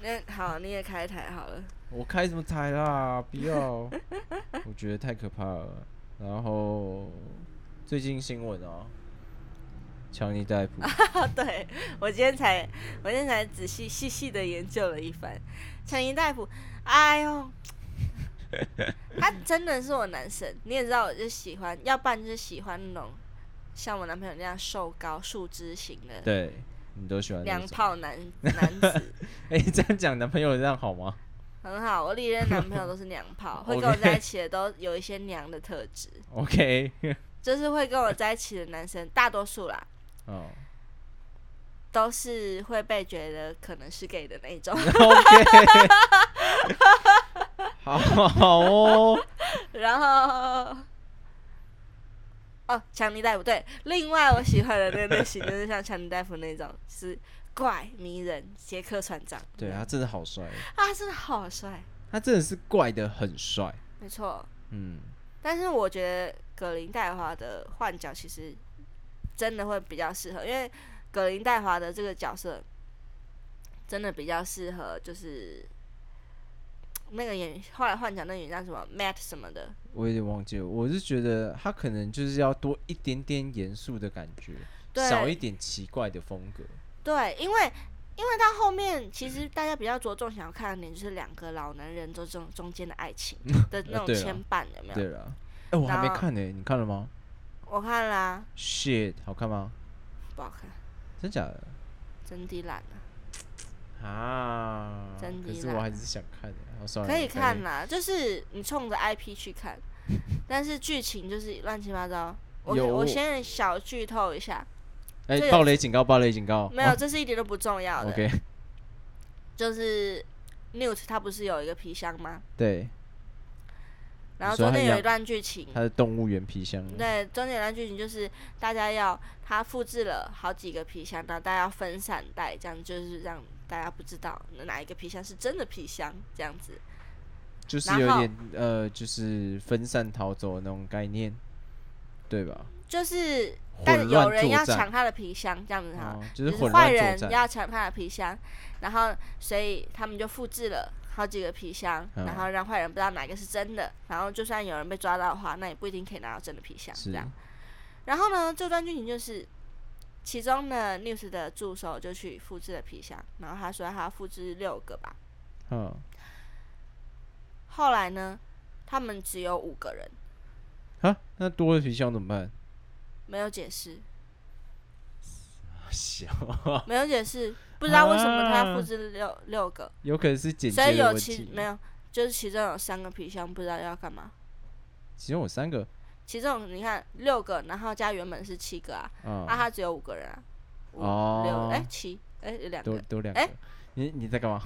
[SPEAKER 2] 那好，你也开台好了。
[SPEAKER 3] 我开什么台啦？不要，我觉得太可怕了。然后最近新闻哦，强尼
[SPEAKER 2] [LAUGHS]
[SPEAKER 3] 戴普
[SPEAKER 2] 哦，对我今天才，我今天才仔细细细的研究了一番。陈怡大夫，哎
[SPEAKER 3] [LAUGHS]
[SPEAKER 2] 呦，他真的是我男神。你也知道，我就喜欢，要不然就是喜欢那种像我男朋友那样瘦高、树枝型的
[SPEAKER 3] 对你都喜欢那
[SPEAKER 2] 娘
[SPEAKER 3] 种？
[SPEAKER 2] 炮
[SPEAKER 3] [LAUGHS]
[SPEAKER 2] 男男子，
[SPEAKER 3] 哎、这样讲男朋友这样好吗？
[SPEAKER 2] 很好。我历任男朋友都是娘炮，会跟我
[SPEAKER 3] OK
[SPEAKER 2] 在一起的都有一些娘的特质， [LAUGHS]
[SPEAKER 3] OK，
[SPEAKER 2] 就是会跟我在一起的男生，大多数啦，
[SPEAKER 3] 哦
[SPEAKER 2] 都是会被觉得可能是 gay 的那一种。
[SPEAKER 3] ，OK，好好哦，
[SPEAKER 2] 然后，哦，强尼大夫对，另外我喜欢的那个类型就是像强尼大夫那种，是怪迷人杰克船长。
[SPEAKER 3] 对他真的好帅，
[SPEAKER 2] 啊，真的好帅，
[SPEAKER 3] 他真的是怪的很帅，
[SPEAKER 2] 没错。
[SPEAKER 3] 嗯，
[SPEAKER 2] 但是我觉得葛林戴华的换角其实真的会比较适合，因为葛林戴华的这个角色真的比较适合，就是那个演后来换角那个演员叫什么 Matt 什么的，
[SPEAKER 3] 我有点忘记了，我是觉得他可能就是要多一点点严肃的感觉，
[SPEAKER 2] 对
[SPEAKER 3] 少一点奇怪的风格，
[SPEAKER 2] 对，因为因为到后面，其实大家比较着重想要看的点就是两个老男人这中中间的爱情的那种
[SPEAKER 3] [LAUGHS] 对啊
[SPEAKER 2] 牵绊，有没
[SPEAKER 3] 对
[SPEAKER 2] 有？
[SPEAKER 3] 了。哎、我还没
[SPEAKER 2] 然后
[SPEAKER 3] 看呢、你看了吗
[SPEAKER 2] 我看啦、
[SPEAKER 3] ？shit，好看吗？
[SPEAKER 2] 不好看，
[SPEAKER 3] 真假的？
[SPEAKER 2] 真的烂啊，
[SPEAKER 3] 啊，
[SPEAKER 2] 真的
[SPEAKER 3] 可是我
[SPEAKER 2] 啦
[SPEAKER 3] 还是想看的、欸。哦算了
[SPEAKER 2] 可以看
[SPEAKER 3] 了。
[SPEAKER 2] 啦，就是你冲着 IP 去
[SPEAKER 3] [LAUGHS]
[SPEAKER 2] 看，但是剧情就是乱七八糟。我
[SPEAKER 3] 有
[SPEAKER 2] 我先小剧透一下，
[SPEAKER 3] 哎、
[SPEAKER 2] 这个
[SPEAKER 3] 暴雷警告！暴雷警告！
[SPEAKER 2] 没有，这是一点都不重要
[SPEAKER 3] 啊
[SPEAKER 2] 的。
[SPEAKER 3] 哦 OK，
[SPEAKER 2] 就是 Newt 他不是有一个皮箱吗？
[SPEAKER 3] 对，
[SPEAKER 2] 然后
[SPEAKER 3] 你说
[SPEAKER 2] 中
[SPEAKER 3] 他
[SPEAKER 2] 间有
[SPEAKER 3] 养
[SPEAKER 2] 一段剧情，
[SPEAKER 3] 它的动物园皮箱。
[SPEAKER 2] 对，中间有段剧情就是大家要他复制了好几个皮箱，然后大家要分散带，这样就是让大家不知道哪一个皮箱是真的皮箱，这样子。
[SPEAKER 3] 就是
[SPEAKER 2] 然
[SPEAKER 3] 有
[SPEAKER 2] 后
[SPEAKER 3] 点呃，就是分散逃走的那种概念，对吧？
[SPEAKER 2] 就是但
[SPEAKER 3] 混乱
[SPEAKER 2] 有人
[SPEAKER 3] 作
[SPEAKER 2] 要
[SPEAKER 3] 战
[SPEAKER 2] 抢他的皮箱，这样子哈、
[SPEAKER 3] 哦就
[SPEAKER 2] 就是
[SPEAKER 3] 混
[SPEAKER 2] 坏
[SPEAKER 3] 乱
[SPEAKER 2] 人
[SPEAKER 3] 作战。
[SPEAKER 2] 要抢他的皮箱，然后所以他们就复制了好几个皮箱，
[SPEAKER 3] 嗯
[SPEAKER 2] 然后让坏人不知道哪个是真的，然后就算有人被抓到的话，那也不一定可以拿到真的皮箱，这
[SPEAKER 3] 是
[SPEAKER 2] 样。然后呢，这段剧情就是，其中呢，News 的助手就去复制了皮箱，然后他说他要复制六个吧。
[SPEAKER 3] 嗯，
[SPEAKER 2] 后来呢，他们只有五个人，
[SPEAKER 3] 啊，那多的皮箱怎么办？ [LAUGHS]
[SPEAKER 2] 没有解释，
[SPEAKER 3] 小，
[SPEAKER 2] 没有解释，不知道为什么他要复
[SPEAKER 3] 啊
[SPEAKER 2] 制六、六个，
[SPEAKER 3] 有可能是简洁
[SPEAKER 2] 所以
[SPEAKER 3] 的
[SPEAKER 2] 有
[SPEAKER 3] 问
[SPEAKER 2] 其
[SPEAKER 3] 题。
[SPEAKER 2] 没有，就是其中有三个皮箱不知道要干嘛。
[SPEAKER 3] 其中有三个
[SPEAKER 2] 其中你看六个，然后加原本是七个啊，啊
[SPEAKER 3] 啊，
[SPEAKER 2] 他只有五个人啊，五六
[SPEAKER 3] 哦
[SPEAKER 2] 哎七哎有两
[SPEAKER 3] 多
[SPEAKER 2] 个，
[SPEAKER 3] 多两
[SPEAKER 2] 哎
[SPEAKER 3] 个。你你在干嘛？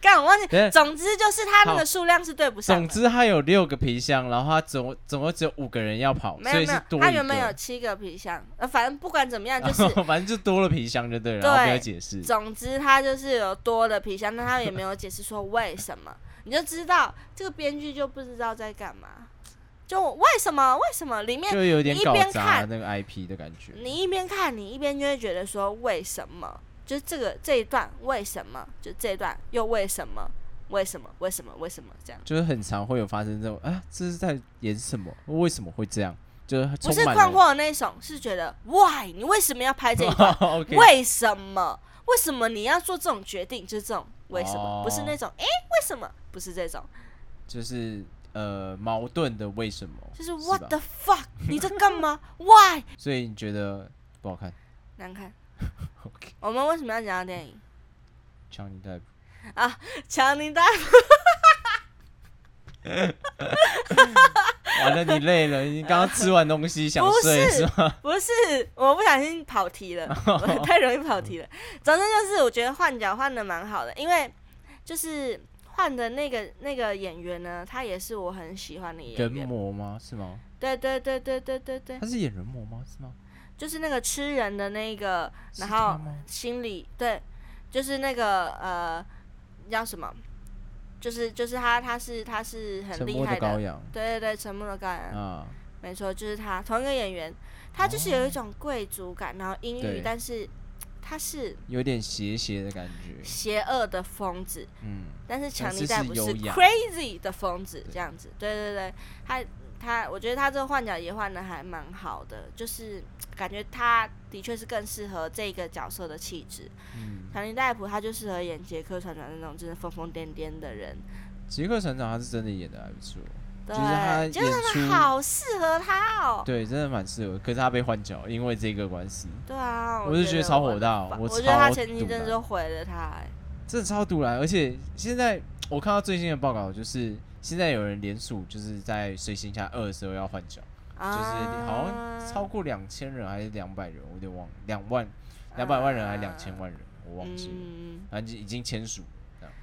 [SPEAKER 2] 干我忘记，
[SPEAKER 3] 等一下
[SPEAKER 2] 总之就是他那
[SPEAKER 3] 好
[SPEAKER 2] 个数量是对不上
[SPEAKER 3] 总
[SPEAKER 2] 的。
[SPEAKER 3] 之，他有六个皮箱，然后他总总共只有五个人要跑，
[SPEAKER 2] 没
[SPEAKER 3] 所
[SPEAKER 2] 有
[SPEAKER 3] 以
[SPEAKER 2] 没
[SPEAKER 3] 是
[SPEAKER 2] 有，
[SPEAKER 3] 多
[SPEAKER 2] 他
[SPEAKER 3] 一
[SPEAKER 2] 原本
[SPEAKER 3] 个
[SPEAKER 2] 有七个皮箱，呃，反正不管怎么
[SPEAKER 3] [LAUGHS]
[SPEAKER 2] 样，就是
[SPEAKER 3] 反正就多了皮箱就对了，然后不要
[SPEAKER 2] 对
[SPEAKER 3] 解释。
[SPEAKER 2] 总之他就是有多的皮箱，但他也没有解释说为什么，你就知道这个编剧就不知道在干嘛，就为什么为什么里面
[SPEAKER 3] 就有点
[SPEAKER 2] 你一
[SPEAKER 3] 搞
[SPEAKER 2] 边
[SPEAKER 3] 砸
[SPEAKER 2] 看
[SPEAKER 3] 那个 IP 的感觉。
[SPEAKER 2] 你一边看，你一边就会觉得说为什么？就是这个这一段为什么？就这一段又为什么？为什么？为什么？为什么这样？
[SPEAKER 3] 就是很常会有发生这种啊，这是在演什么？为什么会这样？就是
[SPEAKER 2] 不
[SPEAKER 3] 充
[SPEAKER 2] 是
[SPEAKER 3] 满
[SPEAKER 2] 困惑的那一种，是觉得 why？你为什么要拍这一段？
[SPEAKER 3] 了 [LAUGHS] OK，
[SPEAKER 2] 为什么？为什么你要做这种决定？就是这种为什么？不是
[SPEAKER 3] 哦
[SPEAKER 2] 那种诶，为什么？不是这种，
[SPEAKER 3] 就是呃矛盾的为什么？
[SPEAKER 2] 就是
[SPEAKER 3] 吧
[SPEAKER 2] what the fuck？你在干嘛
[SPEAKER 3] [LAUGHS]
[SPEAKER 2] ？why？
[SPEAKER 3] 所以你觉得不好看
[SPEAKER 2] 难看。
[SPEAKER 3] ？OK，
[SPEAKER 2] 我们为什么要讲到电影？
[SPEAKER 3] 强尼戴普，
[SPEAKER 2] 强尼大
[SPEAKER 3] 完了你累了，你刚刚吃完东西想睡
[SPEAKER 2] 不是
[SPEAKER 3] 是吗？
[SPEAKER 2] 不是，我不小心跑题
[SPEAKER 3] [LAUGHS]
[SPEAKER 2] 了，我太容易跑题了。总之就是，我觉得换角换的蛮好的，因为就是换的那个那个演员呢，他也是我很喜欢的
[SPEAKER 3] 人
[SPEAKER 2] 演员。
[SPEAKER 3] 魔吗？是吗？
[SPEAKER 2] 对对对对对对对
[SPEAKER 3] 他，是演人魔吗？是吗？
[SPEAKER 2] 就是那个吃人的那个，
[SPEAKER 3] 是
[SPEAKER 2] 然
[SPEAKER 3] 他
[SPEAKER 2] 后
[SPEAKER 3] 吗
[SPEAKER 2] 心里对，就是那个呃叫什么，就是就是他他是他是很
[SPEAKER 3] 沉
[SPEAKER 2] 厉
[SPEAKER 3] 默的
[SPEAKER 2] 害嗯
[SPEAKER 3] 羔羊
[SPEAKER 2] 对对对，沉默的羔羊。
[SPEAKER 3] 啊，哦
[SPEAKER 2] 没错，就是他，同一个演员，他就是有一种贵族感，然后阴
[SPEAKER 3] 对
[SPEAKER 2] 郁，但是他是
[SPEAKER 3] 有点邪邪的感觉，
[SPEAKER 2] 邪恶的疯子，
[SPEAKER 3] 嗯，
[SPEAKER 2] 但是强
[SPEAKER 3] 但
[SPEAKER 2] 尼
[SPEAKER 3] 是
[SPEAKER 2] 戴
[SPEAKER 3] 是
[SPEAKER 2] 普是
[SPEAKER 3] 优雅
[SPEAKER 2] crazy 的疯子
[SPEAKER 3] 对
[SPEAKER 2] 这样子。对对对，他他，我觉得他这个换角也换的还蛮好的，就是感觉他的确是更适合这个角色的气质。
[SPEAKER 3] 嗯，
[SPEAKER 2] 强尼戴普他就适合演杰克船长那种真的疯疯癫癫的人，
[SPEAKER 3] 杰克船长他是真的演的还不错，就
[SPEAKER 2] 对
[SPEAKER 3] 是他，演
[SPEAKER 2] 杰克船长
[SPEAKER 3] 出
[SPEAKER 2] 好适合他哦。
[SPEAKER 3] 对，真的蛮适合，可是他被换角，因为这个关系，
[SPEAKER 2] 对啊，
[SPEAKER 3] 我就觉得超火大
[SPEAKER 2] 我很
[SPEAKER 3] 哦
[SPEAKER 2] 烦
[SPEAKER 3] 我
[SPEAKER 2] 我觉得他
[SPEAKER 3] 超
[SPEAKER 2] 前期
[SPEAKER 3] 堵
[SPEAKER 2] 真的
[SPEAKER 3] 然
[SPEAKER 2] 就毁了他、哎
[SPEAKER 3] 真的超毒然，而且现在我看到最新的报道，就是现在有人联署，就是在《水行侠二》的时候要换角，
[SPEAKER 2] 啊
[SPEAKER 3] 就是好像超过两千人还是两百人，我有点忘了，两万两百万人还是两千万人，我忘记了，
[SPEAKER 2] 嗯，
[SPEAKER 3] 反正已经签署了，这样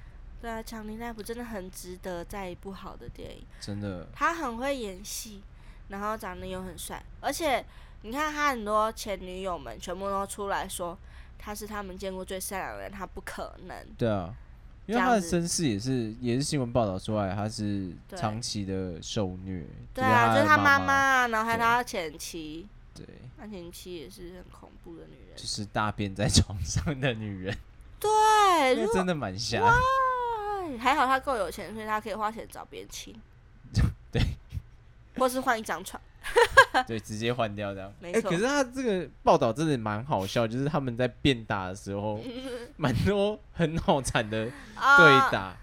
[SPEAKER 2] 对啊，强尼戴普真的很值得在一部好的电影。
[SPEAKER 3] 真的
[SPEAKER 2] 他很会演戏，然后长得又很帅，而且你看他很多前女友们全部都出来说他是他们见过最善良的人，他不可
[SPEAKER 3] [LAUGHS]
[SPEAKER 2] 能。
[SPEAKER 3] 对啊。因
[SPEAKER 2] 这
[SPEAKER 3] 为
[SPEAKER 2] 样
[SPEAKER 3] 他的
[SPEAKER 2] 子
[SPEAKER 3] 身世也是也是新闻报道出来，他是
[SPEAKER 2] 对
[SPEAKER 3] 长期的受虐，
[SPEAKER 2] 对啊，就是
[SPEAKER 3] 是
[SPEAKER 2] 他
[SPEAKER 3] 他
[SPEAKER 2] 妈
[SPEAKER 3] 妈
[SPEAKER 2] 妈，啊，然后还有
[SPEAKER 3] 对
[SPEAKER 2] 他前妻，
[SPEAKER 3] 对，
[SPEAKER 2] 他前妻也是很恐怖的女人
[SPEAKER 3] 就。是大便在床上的女人，
[SPEAKER 2] 对，
[SPEAKER 3] 那
[SPEAKER 2] 如果
[SPEAKER 3] 真的蛮瞎。。
[SPEAKER 2] 哎还好他够有钱，所以他可以花钱找别人亲
[SPEAKER 3] [LAUGHS] 对，
[SPEAKER 2] 或是换一张床。
[SPEAKER 3] 对，直接换掉这样。
[SPEAKER 2] 没
[SPEAKER 3] 哎
[SPEAKER 2] 错
[SPEAKER 3] 可是他这个报道真的蛮好笑，就是他们在变打的时
[SPEAKER 2] [LAUGHS]
[SPEAKER 3] 候，蛮多很脑残的 [LAUGHS] 对
[SPEAKER 2] 啊，
[SPEAKER 3] 打。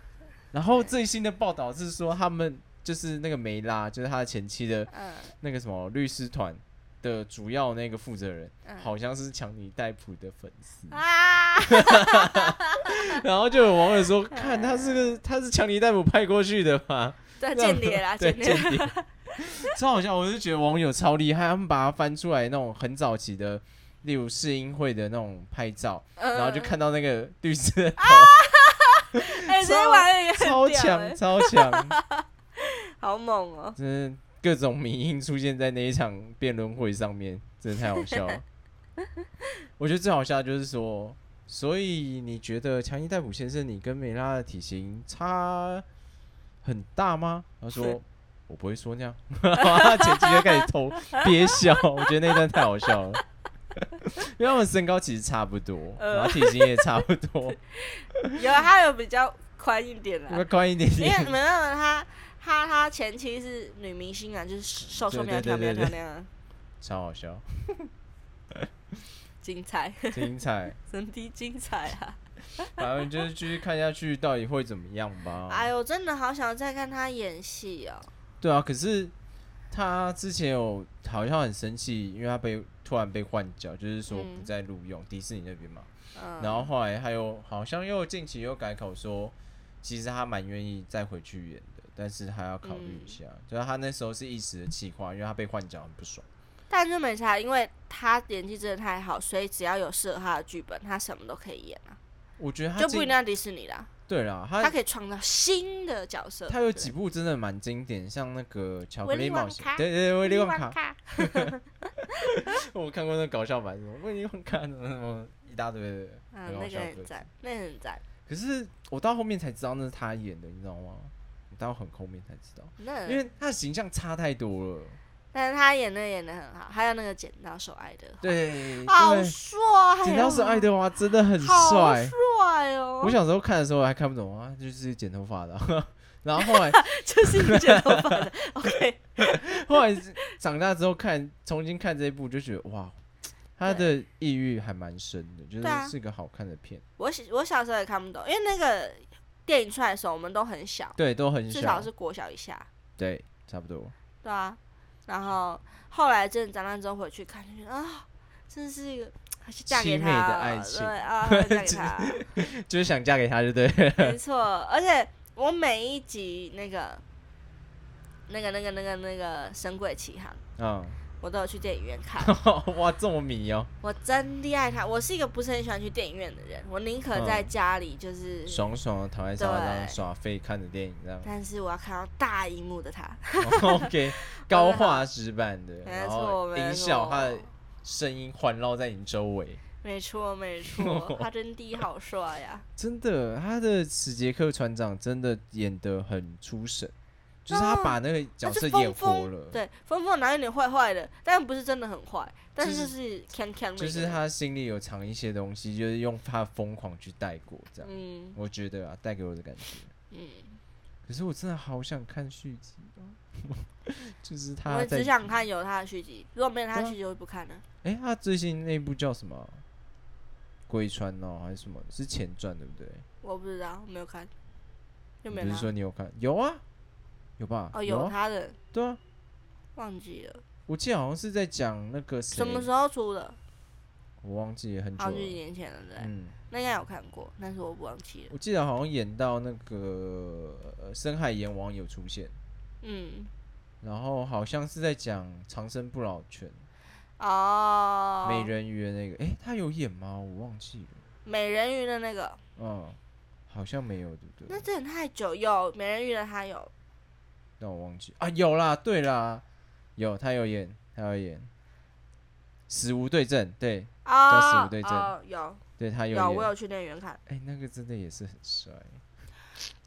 [SPEAKER 3] 然后最新的报道是说，他们就是那个梅拉，就是他的前妻的
[SPEAKER 2] 嗯
[SPEAKER 3] 那个什么律师团的主要那个负责人，
[SPEAKER 2] 嗯
[SPEAKER 3] 好像是强尼戴普的粉丝。 [LAUGHS]
[SPEAKER 2] 啊，
[SPEAKER 3] 然后就有网友说，看他是个他是强尼戴普派过去的吧？
[SPEAKER 2] 对，间谍啦，
[SPEAKER 3] [LAUGHS] 对
[SPEAKER 2] 间谍。
[SPEAKER 3] 间谍，超好笑！我就觉得网友超厉害，他们把它翻出来那种很早期的，例如试音会的那种拍照，
[SPEAKER 2] 嗯
[SPEAKER 3] 然后就看到那个律师的头，
[SPEAKER 2] 哎，这玩的也很
[SPEAKER 3] 超
[SPEAKER 2] 屌
[SPEAKER 3] 强
[SPEAKER 2] 哎
[SPEAKER 3] 超强，
[SPEAKER 2] 好猛哦！
[SPEAKER 3] 真的各种迷因出现在那一场辩论会上面，真的太好
[SPEAKER 2] [LAUGHS]
[SPEAKER 3] 笑了。我觉得最好笑的就是说，所以你觉得强尼戴普先生你跟梅拉的体型差很大吗？他
[SPEAKER 2] 是
[SPEAKER 3] 说。我不会说那样， [LAUGHS] 前期就开始偷憋笑，我觉得那段太好笑了， [LAUGHS] 因为他们身高其实差不多，
[SPEAKER 2] 呃
[SPEAKER 3] 然后体型也差不
[SPEAKER 2] [LAUGHS]
[SPEAKER 3] 多， [LAUGHS]
[SPEAKER 2] 有啊他有比较宽一点
[SPEAKER 3] 要
[SPEAKER 2] 啦，
[SPEAKER 3] 宽一点
[SPEAKER 2] 因为
[SPEAKER 3] 点，
[SPEAKER 2] 没办法，他他他前期是女明星啊，就是瘦瘦
[SPEAKER 3] 对
[SPEAKER 2] 苗
[SPEAKER 3] 对
[SPEAKER 2] 条
[SPEAKER 3] 对
[SPEAKER 2] 苗
[SPEAKER 3] 对
[SPEAKER 2] 条那样，
[SPEAKER 3] 超好笑，
[SPEAKER 2] 精彩， [LAUGHS]
[SPEAKER 3] 精彩。
[SPEAKER 2] 真的精彩啊！
[SPEAKER 3] 反正就是继续看下去，到底会怎么样吧。
[SPEAKER 2] 哎呦，真的好想再看他演戏哦。
[SPEAKER 3] 对啊，可是他之前有好像很生气，因为他被突然被换角，就是说
[SPEAKER 2] 嗯
[SPEAKER 3] 不再录用、迪士尼那边嘛。
[SPEAKER 2] 嗯，
[SPEAKER 3] 然后后来还有好像又近期又改口说，其实他蛮愿意再回去演的，但是他要考
[SPEAKER 2] 嗯
[SPEAKER 3] 虑一下。就是他那时候是一时的气话，因为他被换角很不爽。
[SPEAKER 2] 但就没差，因为他演技真的太好，所以只要有适合他的剧本，他什么都可以演啊，
[SPEAKER 3] 我觉得他
[SPEAKER 2] 就
[SPEAKER 3] 近
[SPEAKER 2] 不一定要迪士尼啦，
[SPEAKER 3] 对啦，
[SPEAKER 2] 他
[SPEAKER 3] 他
[SPEAKER 2] 可以创造新的角色。
[SPEAKER 3] 他有
[SPEAKER 2] 对
[SPEAKER 3] 几部真的蛮经典，像那个巧克
[SPEAKER 2] 维
[SPEAKER 3] 力
[SPEAKER 2] 力
[SPEAKER 3] 冒
[SPEAKER 2] 旺
[SPEAKER 3] 险，
[SPEAKER 2] 卡
[SPEAKER 3] 对对对，威力旺卡
[SPEAKER 2] 旺，卡，
[SPEAKER 3] [LAUGHS] 我看过那搞笑版，什么我已经看什么什么一大堆的，
[SPEAKER 2] 嗯
[SPEAKER 3] 很，搞
[SPEAKER 2] 那个
[SPEAKER 3] 笑的
[SPEAKER 2] 很
[SPEAKER 3] 歌词
[SPEAKER 2] 赞，那个很赞，
[SPEAKER 3] 可是我到后面才知道那是他演的，你知道吗？我到很后面才知道，
[SPEAKER 2] 那
[SPEAKER 3] 因为他的形象差太多了。
[SPEAKER 2] 但是他演的演的很好，还有那个剪刀手爱德华，
[SPEAKER 3] 对，
[SPEAKER 2] 好
[SPEAKER 3] 嗯对
[SPEAKER 2] 帅、哦，
[SPEAKER 3] 剪刀手爱德华真的很
[SPEAKER 2] 好
[SPEAKER 3] 帅。
[SPEAKER 2] 帅哦！[LAUGHS]
[SPEAKER 3] 我小时候看的时候还看不懂啊，就是剪头发的啊。 [LAUGHS] 然后后来
[SPEAKER 2] 就是你剪头发的，OK，
[SPEAKER 3] 后来长大之后看，重新看这一部就觉得哇，他的抑郁还蛮深的，就
[SPEAKER 2] 对啊
[SPEAKER 3] 是是个好看的片。
[SPEAKER 2] 我小我小时候也看不懂，因为那个电影出来的时候我们都很小，
[SPEAKER 3] 对，都很
[SPEAKER 2] 至
[SPEAKER 3] 小
[SPEAKER 2] 少，是国小以下，
[SPEAKER 3] 对，差不多。
[SPEAKER 2] 对啊。然后后来真的长大之后回去看，就觉得啊，真是一个还是嫁给
[SPEAKER 3] 凄
[SPEAKER 2] 他
[SPEAKER 3] 美的
[SPEAKER 2] 了，
[SPEAKER 3] 爱情
[SPEAKER 2] 对啊，嫁给他，
[SPEAKER 3] 就是想嫁给他，就对了。 [LAUGHS]
[SPEAKER 2] 没错。而且我每一集那个那个那个那个那个《神鬼奇航》。
[SPEAKER 3] 嗯，
[SPEAKER 2] 我都有去电影院看。
[SPEAKER 3] [LAUGHS] 哇，这么迷哦，
[SPEAKER 2] 我真的爱看，我是一个不是很喜欢去电影院的人，我宁可在
[SPEAKER 3] 嗯
[SPEAKER 2] 家里就是，
[SPEAKER 3] 爽爽的躺在沙发上
[SPEAKER 2] 对
[SPEAKER 3] 耍废看着电影
[SPEAKER 2] [LAUGHS]
[SPEAKER 3] 这样
[SPEAKER 2] 但是我要看到大荧幕的它。
[SPEAKER 3] ，OK，高画质版的，
[SPEAKER 2] 没
[SPEAKER 3] 然
[SPEAKER 2] 错，
[SPEAKER 3] 后
[SPEAKER 2] 没
[SPEAKER 3] 音效它的
[SPEAKER 2] 错，
[SPEAKER 3] 声音环绕在你周围，
[SPEAKER 2] [LAUGHS] 没错，没
[SPEAKER 3] [LAUGHS]
[SPEAKER 2] 错，他真的好帅啊呀！
[SPEAKER 3] 真的，他的史杰克船长真的演得很出神，就是他把那个角
[SPEAKER 2] 啊他
[SPEAKER 3] 色
[SPEAKER 2] 是
[SPEAKER 3] 演
[SPEAKER 2] 疯
[SPEAKER 3] 活
[SPEAKER 2] 疯
[SPEAKER 3] 了，，
[SPEAKER 2] 对，疯疯哪有点坏坏的，但不是真的很坏，但是
[SPEAKER 3] 就
[SPEAKER 2] 就是是强强的，
[SPEAKER 3] 就是，他心里有藏一些东西，就是用他的疯狂去带过这样，
[SPEAKER 2] 嗯
[SPEAKER 3] 我觉得啊，带给我的感觉。
[SPEAKER 2] 嗯，
[SPEAKER 3] 可是我真的好想看续集哦， [LAUGHS] 就是他
[SPEAKER 2] 我
[SPEAKER 3] 在嗯
[SPEAKER 2] 只
[SPEAKER 3] 哎、
[SPEAKER 2] 想看有他的续集，如果没有他的续集，我就不看了。
[SPEAKER 3] 他最新那部叫什么啊？龟川哦，还是什么？是前传对不对？
[SPEAKER 2] 我不知道，我没有看，就
[SPEAKER 3] 你
[SPEAKER 2] 没
[SPEAKER 3] 不
[SPEAKER 2] 了
[SPEAKER 3] 是。说你有看？有啊，有吧？
[SPEAKER 2] 哦，
[SPEAKER 3] 有
[SPEAKER 2] 有
[SPEAKER 3] 啊，
[SPEAKER 2] 他的，
[SPEAKER 3] 对啊，
[SPEAKER 2] 忘记了，
[SPEAKER 3] 我记得好像是在讲那个谁，
[SPEAKER 2] 什么时候出的？
[SPEAKER 3] 我忘记了很久
[SPEAKER 2] 好像就一
[SPEAKER 3] 了。
[SPEAKER 2] 年前了，对，
[SPEAKER 3] 嗯，
[SPEAKER 2] 那应该有看过，但是我忘记了。
[SPEAKER 3] 我记得好像演到那个呃深海阎王有出现，
[SPEAKER 2] 嗯，
[SPEAKER 3] 然后好像是在讲长生不老拳、
[SPEAKER 2] 哦，
[SPEAKER 3] 美人鱼的那个，诶，他有演吗？我忘记了，
[SPEAKER 2] 美人鱼的那个，
[SPEAKER 3] 嗯，好像没有，对不
[SPEAKER 2] 那
[SPEAKER 3] 对？
[SPEAKER 2] 真的太久，有美人鱼的他有，
[SPEAKER 3] 但我忘记啊，有啦，对啦，有他有演，他有演死无对证，对
[SPEAKER 2] 哦，
[SPEAKER 3] 死无对证
[SPEAKER 2] 哦有
[SPEAKER 3] 对，他有
[SPEAKER 2] 有，我
[SPEAKER 3] 演，
[SPEAKER 2] 有去电影院看，
[SPEAKER 3] 哎、那个真的也是很帅，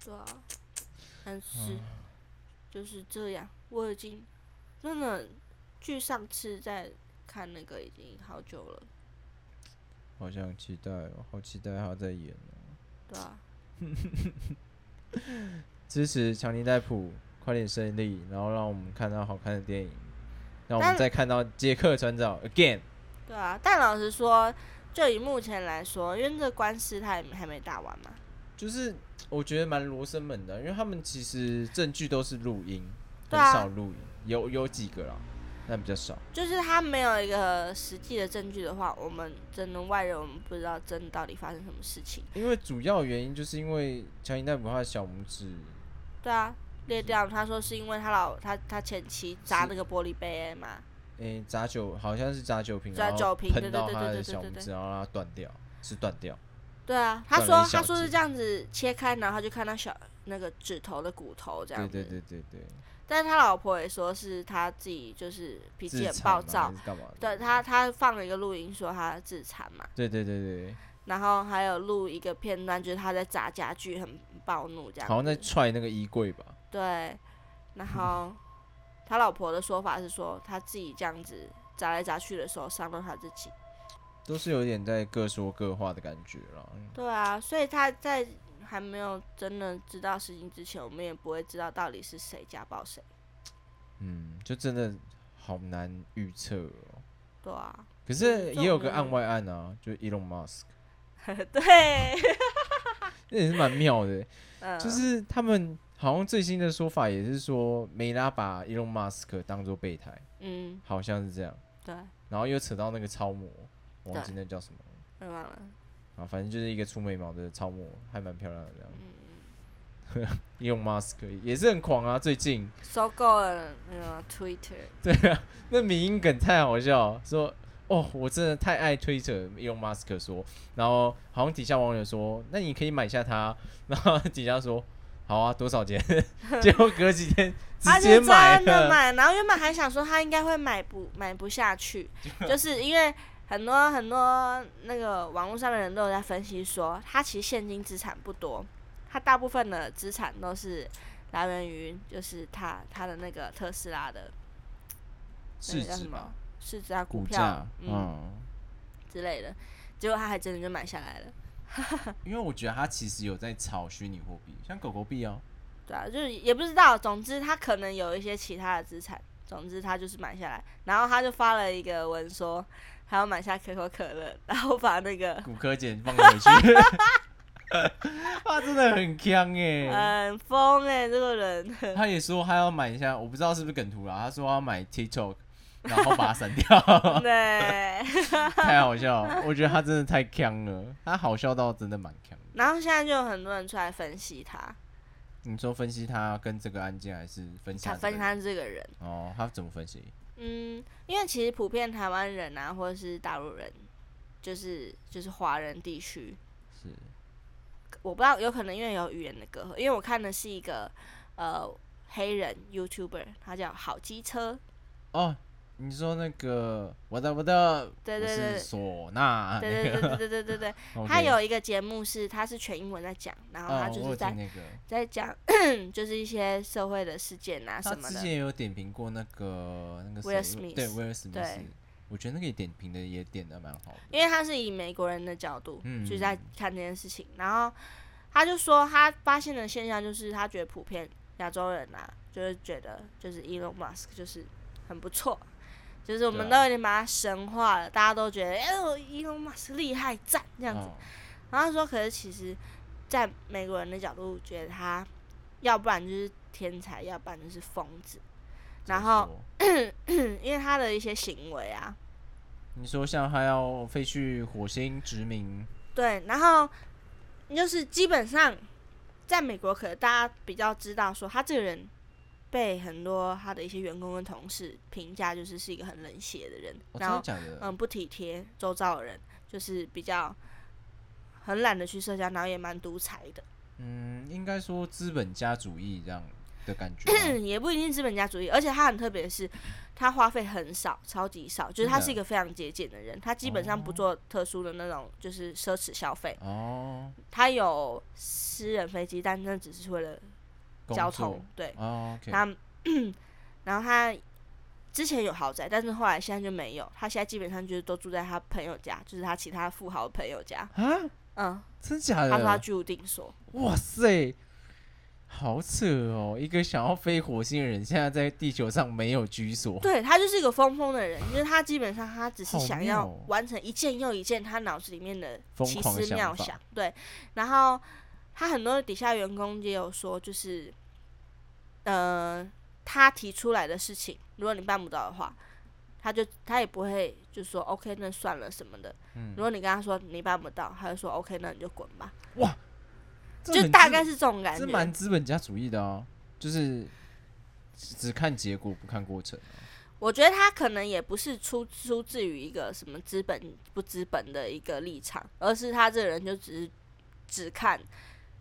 [SPEAKER 2] 对啊，
[SPEAKER 3] 嗯
[SPEAKER 2] 但是就是这样，我已经真的距上次在看那个已经好久了，
[SPEAKER 3] 好想期待哦，好期待他在演哦。
[SPEAKER 2] 对啊，
[SPEAKER 3] 支持强尼戴普快点胜利，然后让我们看到好看的电影，让我们
[SPEAKER 2] 但
[SPEAKER 3] 再看到杰克船长 again。
[SPEAKER 2] 对啊，但老实说，就以目前来说，因为这官司他也还没打完嘛，
[SPEAKER 3] 就是我觉得蛮罗生门的，因为他们其实证据都是录音，很
[SPEAKER 2] 对啊
[SPEAKER 3] 少录影，有有几个啦，但比较少。
[SPEAKER 2] 就是他没有一个实际的证据的话，我们真的外人我们不知道真的到底发生什么事情。
[SPEAKER 3] 因为主要原因就是因为强尼戴普他的小拇指
[SPEAKER 2] 对啊，裂掉。他说是因为他老他他前妻砸
[SPEAKER 3] 是
[SPEAKER 2] 那个玻璃杯嘛，
[SPEAKER 3] 诶、砸酒好像是砸酒瓶，
[SPEAKER 2] 砸
[SPEAKER 3] 然后
[SPEAKER 2] 酒瓶
[SPEAKER 3] 喷
[SPEAKER 2] 对
[SPEAKER 3] 到
[SPEAKER 2] 对对
[SPEAKER 3] 他
[SPEAKER 2] 对
[SPEAKER 3] 的
[SPEAKER 2] 对
[SPEAKER 3] 小
[SPEAKER 2] 对
[SPEAKER 3] 拇
[SPEAKER 2] 对
[SPEAKER 3] 指，然后让它断掉，是断掉。
[SPEAKER 2] 对啊，他
[SPEAKER 3] 断
[SPEAKER 2] 说
[SPEAKER 3] 了一小
[SPEAKER 2] 他说是
[SPEAKER 3] 指
[SPEAKER 2] 这样子切开，然后就看到小那个指头的骨头这样
[SPEAKER 3] 对
[SPEAKER 2] 子。
[SPEAKER 3] 对对对对，
[SPEAKER 2] 但是他老婆也说是他自己就是脾气
[SPEAKER 3] 自
[SPEAKER 2] 很
[SPEAKER 3] 残
[SPEAKER 2] 暴
[SPEAKER 3] 嘛
[SPEAKER 2] 躁
[SPEAKER 3] 还，是干嘛的？
[SPEAKER 2] 对他他放了一个录音说他自残嘛，
[SPEAKER 3] 对对对对，
[SPEAKER 2] 然后还有录一个片段，就是他在砸家具，很暴怒这样子。
[SPEAKER 3] 好像在踹那个衣柜吧。
[SPEAKER 2] 对，
[SPEAKER 3] 嗯
[SPEAKER 2] 然后他老婆的说法是说他自己这样子砸来砸去的时候伤到他自己。
[SPEAKER 3] 都是有点在各说各话的感觉啦。
[SPEAKER 2] 对啊，所以他在还没有真的知道事情之前，我们也不会知道到底是谁家暴谁。
[SPEAKER 3] 嗯，就真的好难预测哦。
[SPEAKER 2] 对啊， [LAUGHS]
[SPEAKER 3] 可是
[SPEAKER 2] 这
[SPEAKER 3] 也有个
[SPEAKER 2] 种
[SPEAKER 3] 案外案啊，就 Elon Musk，
[SPEAKER 2] 对，
[SPEAKER 3] 那也是蛮妙的。
[SPEAKER 2] 嗯，
[SPEAKER 3] 就是他们好像最新的说法也是说，梅拉把 Elon Musk 当做备胎，
[SPEAKER 2] 嗯，
[SPEAKER 3] 好像是这样。
[SPEAKER 2] 对，
[SPEAKER 3] 然后又扯到那个超模，我忘
[SPEAKER 2] 对
[SPEAKER 3] 记那叫什么了
[SPEAKER 2] 我忘了，
[SPEAKER 3] 啊，反正就是一个出眉毛的超模，还蛮漂亮的这样。Elon [LAUGHS] Musk 也是很狂啊，最近
[SPEAKER 2] 收购了那个 Twitter，
[SPEAKER 3] 那迷因梗太好笑了，说哦，我真的太爱推特，用 Musk 说，然后好像底下网友说，那你可以买下它，然后底下说好啊，多少钱？ [LAUGHS] 结果隔几天直
[SPEAKER 2] 他
[SPEAKER 3] 接
[SPEAKER 2] 是
[SPEAKER 3] 买
[SPEAKER 2] 真的
[SPEAKER 3] 了，
[SPEAKER 2] 买，然后原本还想说他应该会买不买不下
[SPEAKER 3] [LAUGHS]
[SPEAKER 2] 去，就是因为。很多很多那个网络上的人都有在分析说，他其实现金资产不多，他大部分的资产都是来源于就是他他的那个特斯拉的那
[SPEAKER 3] 市
[SPEAKER 2] 个叫
[SPEAKER 3] 值
[SPEAKER 2] 什
[SPEAKER 3] 吧
[SPEAKER 2] 么，市值啊，
[SPEAKER 3] 股
[SPEAKER 2] 票
[SPEAKER 3] 价，
[SPEAKER 2] 嗯
[SPEAKER 3] 嗯，
[SPEAKER 2] 之类的，结果他还真的就买下来了。嗯 [LAUGHS]
[SPEAKER 3] 因为我觉得它其实有在炒虚拟货币，像狗狗币
[SPEAKER 2] [LAUGHS]
[SPEAKER 3] 哦，
[SPEAKER 2] 对啊，就是也不知道，总之他可能有一些其他的资产，总之他就是买下来，然后他就发了一个文说他要买下可口可乐， [LAUGHS] 然后把那个
[SPEAKER 3] 骨科碱放回去， [LAUGHS] 他真的很强
[SPEAKER 2] 嗯
[SPEAKER 3] 哎、
[SPEAKER 2] 很疯哎、这个 [LAUGHS] 人
[SPEAKER 3] 他也说他要买一下，我不知道是不是梗图啦。他说他要买 TikTok，然后把它删
[SPEAKER 2] [LAUGHS]
[SPEAKER 3] 掉，
[SPEAKER 2] 对，
[SPEAKER 3] 太好笑了。我觉得他真的太强了，他好笑到真的蛮强的。
[SPEAKER 2] 然后现在就有很多人出来分析他，
[SPEAKER 3] 你说分析他跟这个案件，还是分析
[SPEAKER 2] 他分析
[SPEAKER 3] 他
[SPEAKER 2] 他这个人，
[SPEAKER 3] 哦？他怎么分析？
[SPEAKER 2] 嗯，因为其实普遍台湾人啊，或者是大陆人，就是就是华人地区，
[SPEAKER 3] 是
[SPEAKER 2] 我不知道，有可能因为有语言的隔阂，因为我看的是一个呃黑人 YouTuber，他叫好机车，
[SPEAKER 3] 哦，你说那个我的我的，
[SPEAKER 2] 对
[SPEAKER 3] 我
[SPEAKER 2] 对
[SPEAKER 3] 是
[SPEAKER 2] 对
[SPEAKER 3] 唢呐，
[SPEAKER 2] 对
[SPEAKER 3] [LAUGHS]
[SPEAKER 2] 对对对对对对对，
[SPEAKER 3] 啊 OK
[SPEAKER 2] 他有一个节目是他是全英文在讲，然后他
[SPEAKER 3] 哦，
[SPEAKER 2] 就
[SPEAKER 3] 我有
[SPEAKER 2] 是在、
[SPEAKER 3] 听那个，
[SPEAKER 2] 在讲 [COUGHS] 就是一些社会的事件啊
[SPEAKER 3] 他
[SPEAKER 2] 什么
[SPEAKER 3] 之
[SPEAKER 2] 的
[SPEAKER 3] 前，也有点评过那个那个
[SPEAKER 2] Will
[SPEAKER 3] 谁
[SPEAKER 2] Smith
[SPEAKER 3] 对威尔史密斯
[SPEAKER 2] 对，
[SPEAKER 3] 我觉得那个点评的也点的蛮好的。
[SPEAKER 2] 因为他是以美国人的角度
[SPEAKER 3] 嗯
[SPEAKER 2] 就是在看这件事情，然后他就说他发现的现象就是他觉得普遍亚洲人啊，就是觉得就是 Elon Musk 就是很不错，就是我们
[SPEAKER 3] 对啊
[SPEAKER 2] 都有点把他神化了，大家都觉得哎、呦 Elon Musk 厉害赞这样子，
[SPEAKER 3] 哦
[SPEAKER 2] 然后他说可是其实在美国人的角度觉得他要不然就是天才，要不然就是疯子，然后
[SPEAKER 3] 怎么说
[SPEAKER 2] 因为他的一些行为啊，
[SPEAKER 3] 你说像他要飞去火星殖民，
[SPEAKER 2] 对，然后就是基本上在美国，可能大家比较知道说他这个人被很多他的一些员工跟同事评价就是是一个很冷血的人，
[SPEAKER 3] 哦我、真
[SPEAKER 2] 然
[SPEAKER 3] 的
[SPEAKER 2] 后
[SPEAKER 3] 假的？
[SPEAKER 2] 嗯不体贴周遭的人，就是比较很懒得去社交，然后也蛮独裁的。
[SPEAKER 3] 嗯，应该说资本家主义这样的感
[SPEAKER 2] [COUGHS]
[SPEAKER 3] 觉吧。
[SPEAKER 2] 也不一定是资本家主义，而且他很特别的是，他花费很少，超级少，就是他
[SPEAKER 3] 真的
[SPEAKER 2] 是一个非常节俭的人，他基本上不
[SPEAKER 3] 哦
[SPEAKER 2] 做特殊的那种就是奢侈消费。
[SPEAKER 3] 哦，
[SPEAKER 2] 他有私人飞机，但那只是为了
[SPEAKER 3] 工
[SPEAKER 2] 交
[SPEAKER 3] 作
[SPEAKER 2] 通。对，
[SPEAKER 3] 哦，OK，
[SPEAKER 2] 他 [CLEARS THROAT] 然后他之前有豪宅，但是后来现在就没有。他现在基本上就是都住在他朋友家，就是他其他富豪朋友家。
[SPEAKER 3] 啊，呃
[SPEAKER 2] 嗯，
[SPEAKER 3] 真假
[SPEAKER 2] 他说他
[SPEAKER 3] 的？
[SPEAKER 2] 居无定所，
[SPEAKER 3] 哇塞，好扯哦！一个想要飞火星的人，现在在地球上没有居所。
[SPEAKER 2] 对他就是一个疯疯的人，因为他基本上他只是
[SPEAKER 3] 好
[SPEAKER 2] 想要
[SPEAKER 3] 妙哦
[SPEAKER 2] 完成一件又一件他脑子里面的
[SPEAKER 3] 疯
[SPEAKER 2] 奇
[SPEAKER 3] 狂的
[SPEAKER 2] 思
[SPEAKER 3] 想
[SPEAKER 2] 妙
[SPEAKER 3] 法
[SPEAKER 2] 想。对，然后他很多底下员工也有说，就是呃，他提出来的事情，如果你办不到的话，他就他也不会就说 OK，那算了什么的。
[SPEAKER 3] 嗯
[SPEAKER 2] 如，果你跟他说你办不到，他就说 OK，那你就滚吧，
[SPEAKER 3] 哇，这
[SPEAKER 2] 就
[SPEAKER 3] 很
[SPEAKER 2] 大
[SPEAKER 3] 资
[SPEAKER 2] 概是这种感
[SPEAKER 3] 这
[SPEAKER 2] 觉。
[SPEAKER 3] 蛮资本家主义的啊，就是只只看结果不看过程啊、
[SPEAKER 2] 我觉得他可能也不是出出自于一个什么资本不资本的一个立场，而是他这个人就只是只看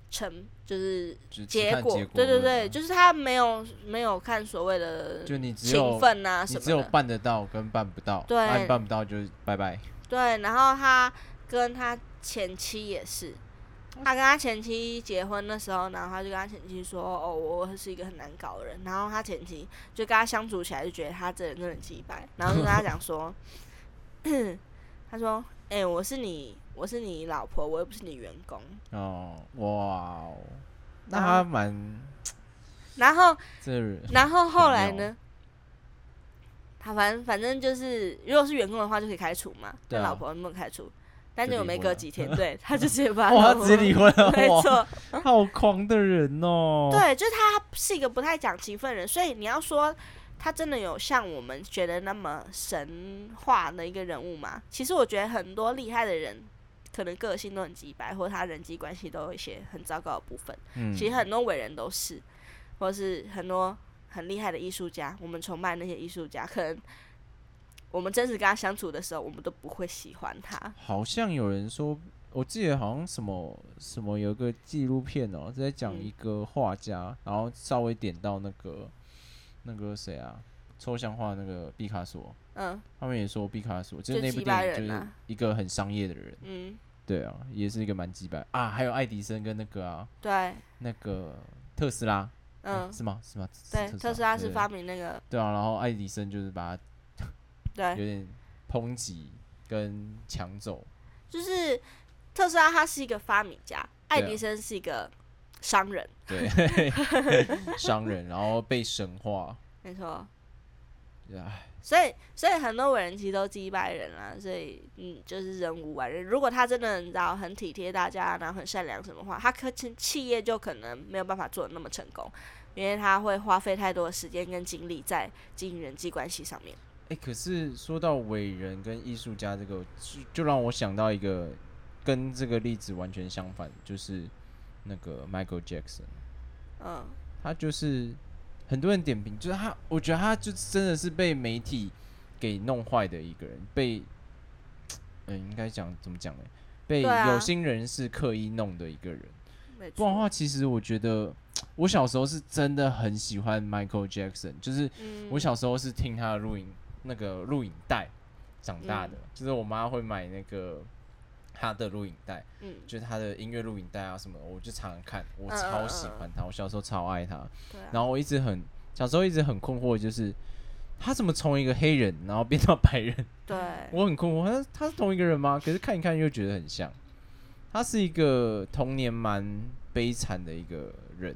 [SPEAKER 2] 成就是
[SPEAKER 3] 只只
[SPEAKER 2] 结
[SPEAKER 3] 看
[SPEAKER 2] 果，
[SPEAKER 3] 结
[SPEAKER 2] 对对
[SPEAKER 3] 论
[SPEAKER 2] 对，
[SPEAKER 3] 啊
[SPEAKER 2] 就是他没有没有看所谓的
[SPEAKER 3] 就你只
[SPEAKER 2] 勤
[SPEAKER 3] 有
[SPEAKER 2] 奋啊
[SPEAKER 3] 你
[SPEAKER 2] 什
[SPEAKER 3] 只有
[SPEAKER 2] 么的，
[SPEAKER 3] 办得到跟办不到，
[SPEAKER 2] 对
[SPEAKER 3] 啊你办不到就拜拜。
[SPEAKER 2] 对。然后他跟他前妻也是。他跟他前妻结婚的时候，然后他就跟他前妻说：“哦，我是一个很难搞的人。”然后他前妻就跟他相处起来，就觉得他这人真的很鸡掰，然后就跟他讲说：“ [CLEARS THROAT] 他说，哎、我是你，我是你老婆，我又不是你员工。
[SPEAKER 3] 哦，哇哦，那
[SPEAKER 2] 然后
[SPEAKER 3] 他蛮”
[SPEAKER 2] 然后
[SPEAKER 3] 这人
[SPEAKER 2] 然后后来
[SPEAKER 3] 很妙
[SPEAKER 2] 呢？他反正反正就是，如果是员工的话就可以开除嘛，
[SPEAKER 3] 对
[SPEAKER 2] 但
[SPEAKER 3] 啊
[SPEAKER 2] 老婆能不能开除？但
[SPEAKER 3] 就
[SPEAKER 2] 结果
[SPEAKER 3] 离
[SPEAKER 2] 没
[SPEAKER 3] 婚
[SPEAKER 2] 隔
[SPEAKER 3] 了 [LAUGHS]
[SPEAKER 2] 几天，对，他就直接 [LAUGHS] 把
[SPEAKER 3] 哇，
[SPEAKER 2] 老
[SPEAKER 3] 他
[SPEAKER 2] 婆
[SPEAKER 3] 直接离婚了，
[SPEAKER 2] [LAUGHS] 没
[SPEAKER 3] 哇，
[SPEAKER 2] 错，
[SPEAKER 3] 好狂的人哦。
[SPEAKER 2] 对，就是他是一个不太讲情分的人，所以你要说他真的有像我们觉得那么神话的一个人物吗？其实我觉得很多厉害的人，可能个性都很鸡白，或者他人际关系都有一些很糟糕的部分。
[SPEAKER 3] 嗯，
[SPEAKER 2] 其实很多伟人都是，或是很多很厉害的艺术家，我们崇拜那些艺术家，可能我们真实跟他相处的时候，我们都不会喜欢他。
[SPEAKER 3] 好像有人说，我记得好像什么什么有一个纪录片哦，在讲
[SPEAKER 2] 嗯
[SPEAKER 3] 一个画家，然后稍微点到那个那个谁啊，抽象画那个毕卡索，
[SPEAKER 2] 嗯
[SPEAKER 3] 他们也说毕卡索就是
[SPEAKER 2] 就
[SPEAKER 3] 那部
[SPEAKER 2] 鸡巴
[SPEAKER 3] 电影就
[SPEAKER 2] 人
[SPEAKER 3] 是
[SPEAKER 2] 啊
[SPEAKER 3] 一个很商业的人，
[SPEAKER 2] 嗯，
[SPEAKER 3] 对啊，也是一个蛮鸡掰啊，还有爱迪生跟那个啊
[SPEAKER 2] 对，
[SPEAKER 3] 那个特斯拉，哎
[SPEAKER 2] 嗯，
[SPEAKER 3] 是吗？是吗？是
[SPEAKER 2] 对，特斯拉是
[SPEAKER 3] 对
[SPEAKER 2] 发明那个，
[SPEAKER 3] 对啊，然后爱迪生就是把他
[SPEAKER 2] 对，
[SPEAKER 3] 有点抨击跟抢走，
[SPEAKER 2] 就是特斯拉他是一个发明家，爱
[SPEAKER 3] 对啊
[SPEAKER 2] 迪生是一个商人，
[SPEAKER 3] 对，
[SPEAKER 2] [LAUGHS]
[SPEAKER 3] 商人，然后被神化，
[SPEAKER 2] 没错。
[SPEAKER 3] 对啊，
[SPEAKER 2] 所以，所以很多伟人其实都击败人啊，所以，嗯，就是人无完人。如果他真的你知道很体贴大家，然后很善良什么的话，他可企企业就可能没有办法做的那么成功，因为他会花费太多的时间跟精力在经营人际关系上面。
[SPEAKER 3] 哎、可是说到伟人跟艺术家这个，就就让我想到一个跟这个例子完全相反，就是那个 Michael Jackson。
[SPEAKER 2] 嗯，
[SPEAKER 3] 他就是很多人点评，就是他，我觉得他就真的是被媒体给弄坏的一个人，被，嗯、应该讲怎么讲呢？被
[SPEAKER 2] 对啊
[SPEAKER 3] 有心人士刻意弄的一个人。
[SPEAKER 2] 嗯没错
[SPEAKER 3] 不然的话，其实我觉得我小时候是真的很喜欢 Michael Jackson，就是
[SPEAKER 2] 嗯
[SPEAKER 3] 我小时候是听他的录影那个录影带长大
[SPEAKER 2] 嗯
[SPEAKER 3] 的，就是我妈会买那个他的录影带，
[SPEAKER 2] 嗯，
[SPEAKER 3] 就是他的音乐录影带啊什么的，我就常常看，我
[SPEAKER 2] 嗯嗯
[SPEAKER 3] 超
[SPEAKER 2] 嗯
[SPEAKER 3] 喜
[SPEAKER 2] 嗯
[SPEAKER 3] 欢他，我小时候超爱他。
[SPEAKER 2] 对啊，
[SPEAKER 3] 然后我一直很小时候一直很困惑，就是他怎么从一个黑人然后变到白人？
[SPEAKER 2] 对，
[SPEAKER 3] 我很困惑，他他是同一个人吗？可是看一看又觉得很像。他是一个童年蛮悲惨的一个人，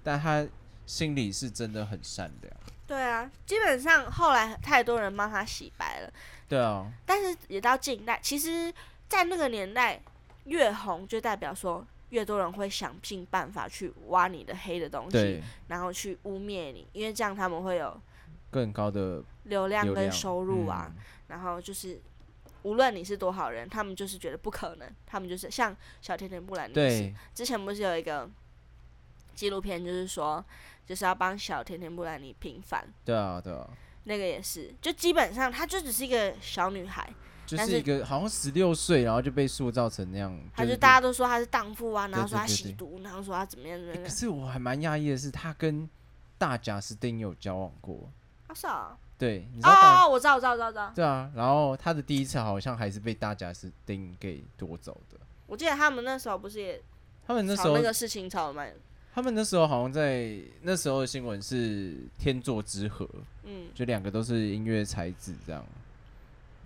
[SPEAKER 3] 但他心里是真的很善良。
[SPEAKER 2] 对啊，基本上后来太多人帮他洗白了，
[SPEAKER 3] 对啊，
[SPEAKER 2] 但是也到近代，其实，在那个年代，越红就代表说越多人会想尽办法去挖你的黑的东西，
[SPEAKER 3] 对，
[SPEAKER 2] 然后去污蔑你，因为这样他们会有
[SPEAKER 3] 更高的
[SPEAKER 2] 流量
[SPEAKER 3] 流
[SPEAKER 2] 跟
[SPEAKER 3] 量
[SPEAKER 2] 收入啊。
[SPEAKER 3] 嗯
[SPEAKER 2] 然后就是无论你是多好人，他们就是觉得不可能，他们就是像小甜甜布兰妮是，
[SPEAKER 3] 对，
[SPEAKER 2] 之前不是有一个纪录片，就是说就是要帮小甜甜布兰妮平反，
[SPEAKER 3] 对啊，对啊，
[SPEAKER 2] 那个也是，就基本上她就只是一个小女孩，
[SPEAKER 3] 就
[SPEAKER 2] 但
[SPEAKER 3] 是
[SPEAKER 2] 是
[SPEAKER 3] 一个好像十六岁，然后就被塑造成那样。
[SPEAKER 2] 她
[SPEAKER 3] 是
[SPEAKER 2] 就大家都说她是荡妇啊，然后
[SPEAKER 3] 对
[SPEAKER 2] 说她
[SPEAKER 3] 对
[SPEAKER 2] 吸
[SPEAKER 3] 对
[SPEAKER 2] 毒，然后说她怎么样怎么
[SPEAKER 3] 欸可
[SPEAKER 2] 样，
[SPEAKER 3] 是我还蛮讶异的是，他跟大贾斯汀有交往过。
[SPEAKER 2] 好少啊
[SPEAKER 3] 对，你知
[SPEAKER 2] 哦
[SPEAKER 3] 道大
[SPEAKER 2] 哦，哦我知道我知道我知道我知道，
[SPEAKER 3] 对啊，然后他的第一次好像还是被大贾斯汀给夺走的。
[SPEAKER 2] 我记得他们那时候不是也
[SPEAKER 3] 他们那时
[SPEAKER 2] 吵
[SPEAKER 3] 候，
[SPEAKER 2] 那个事情吵得蛮，
[SPEAKER 3] 他们那时候好像在那时候的新闻是天作之合，
[SPEAKER 2] 嗯
[SPEAKER 3] 就两个都是音乐才子这样。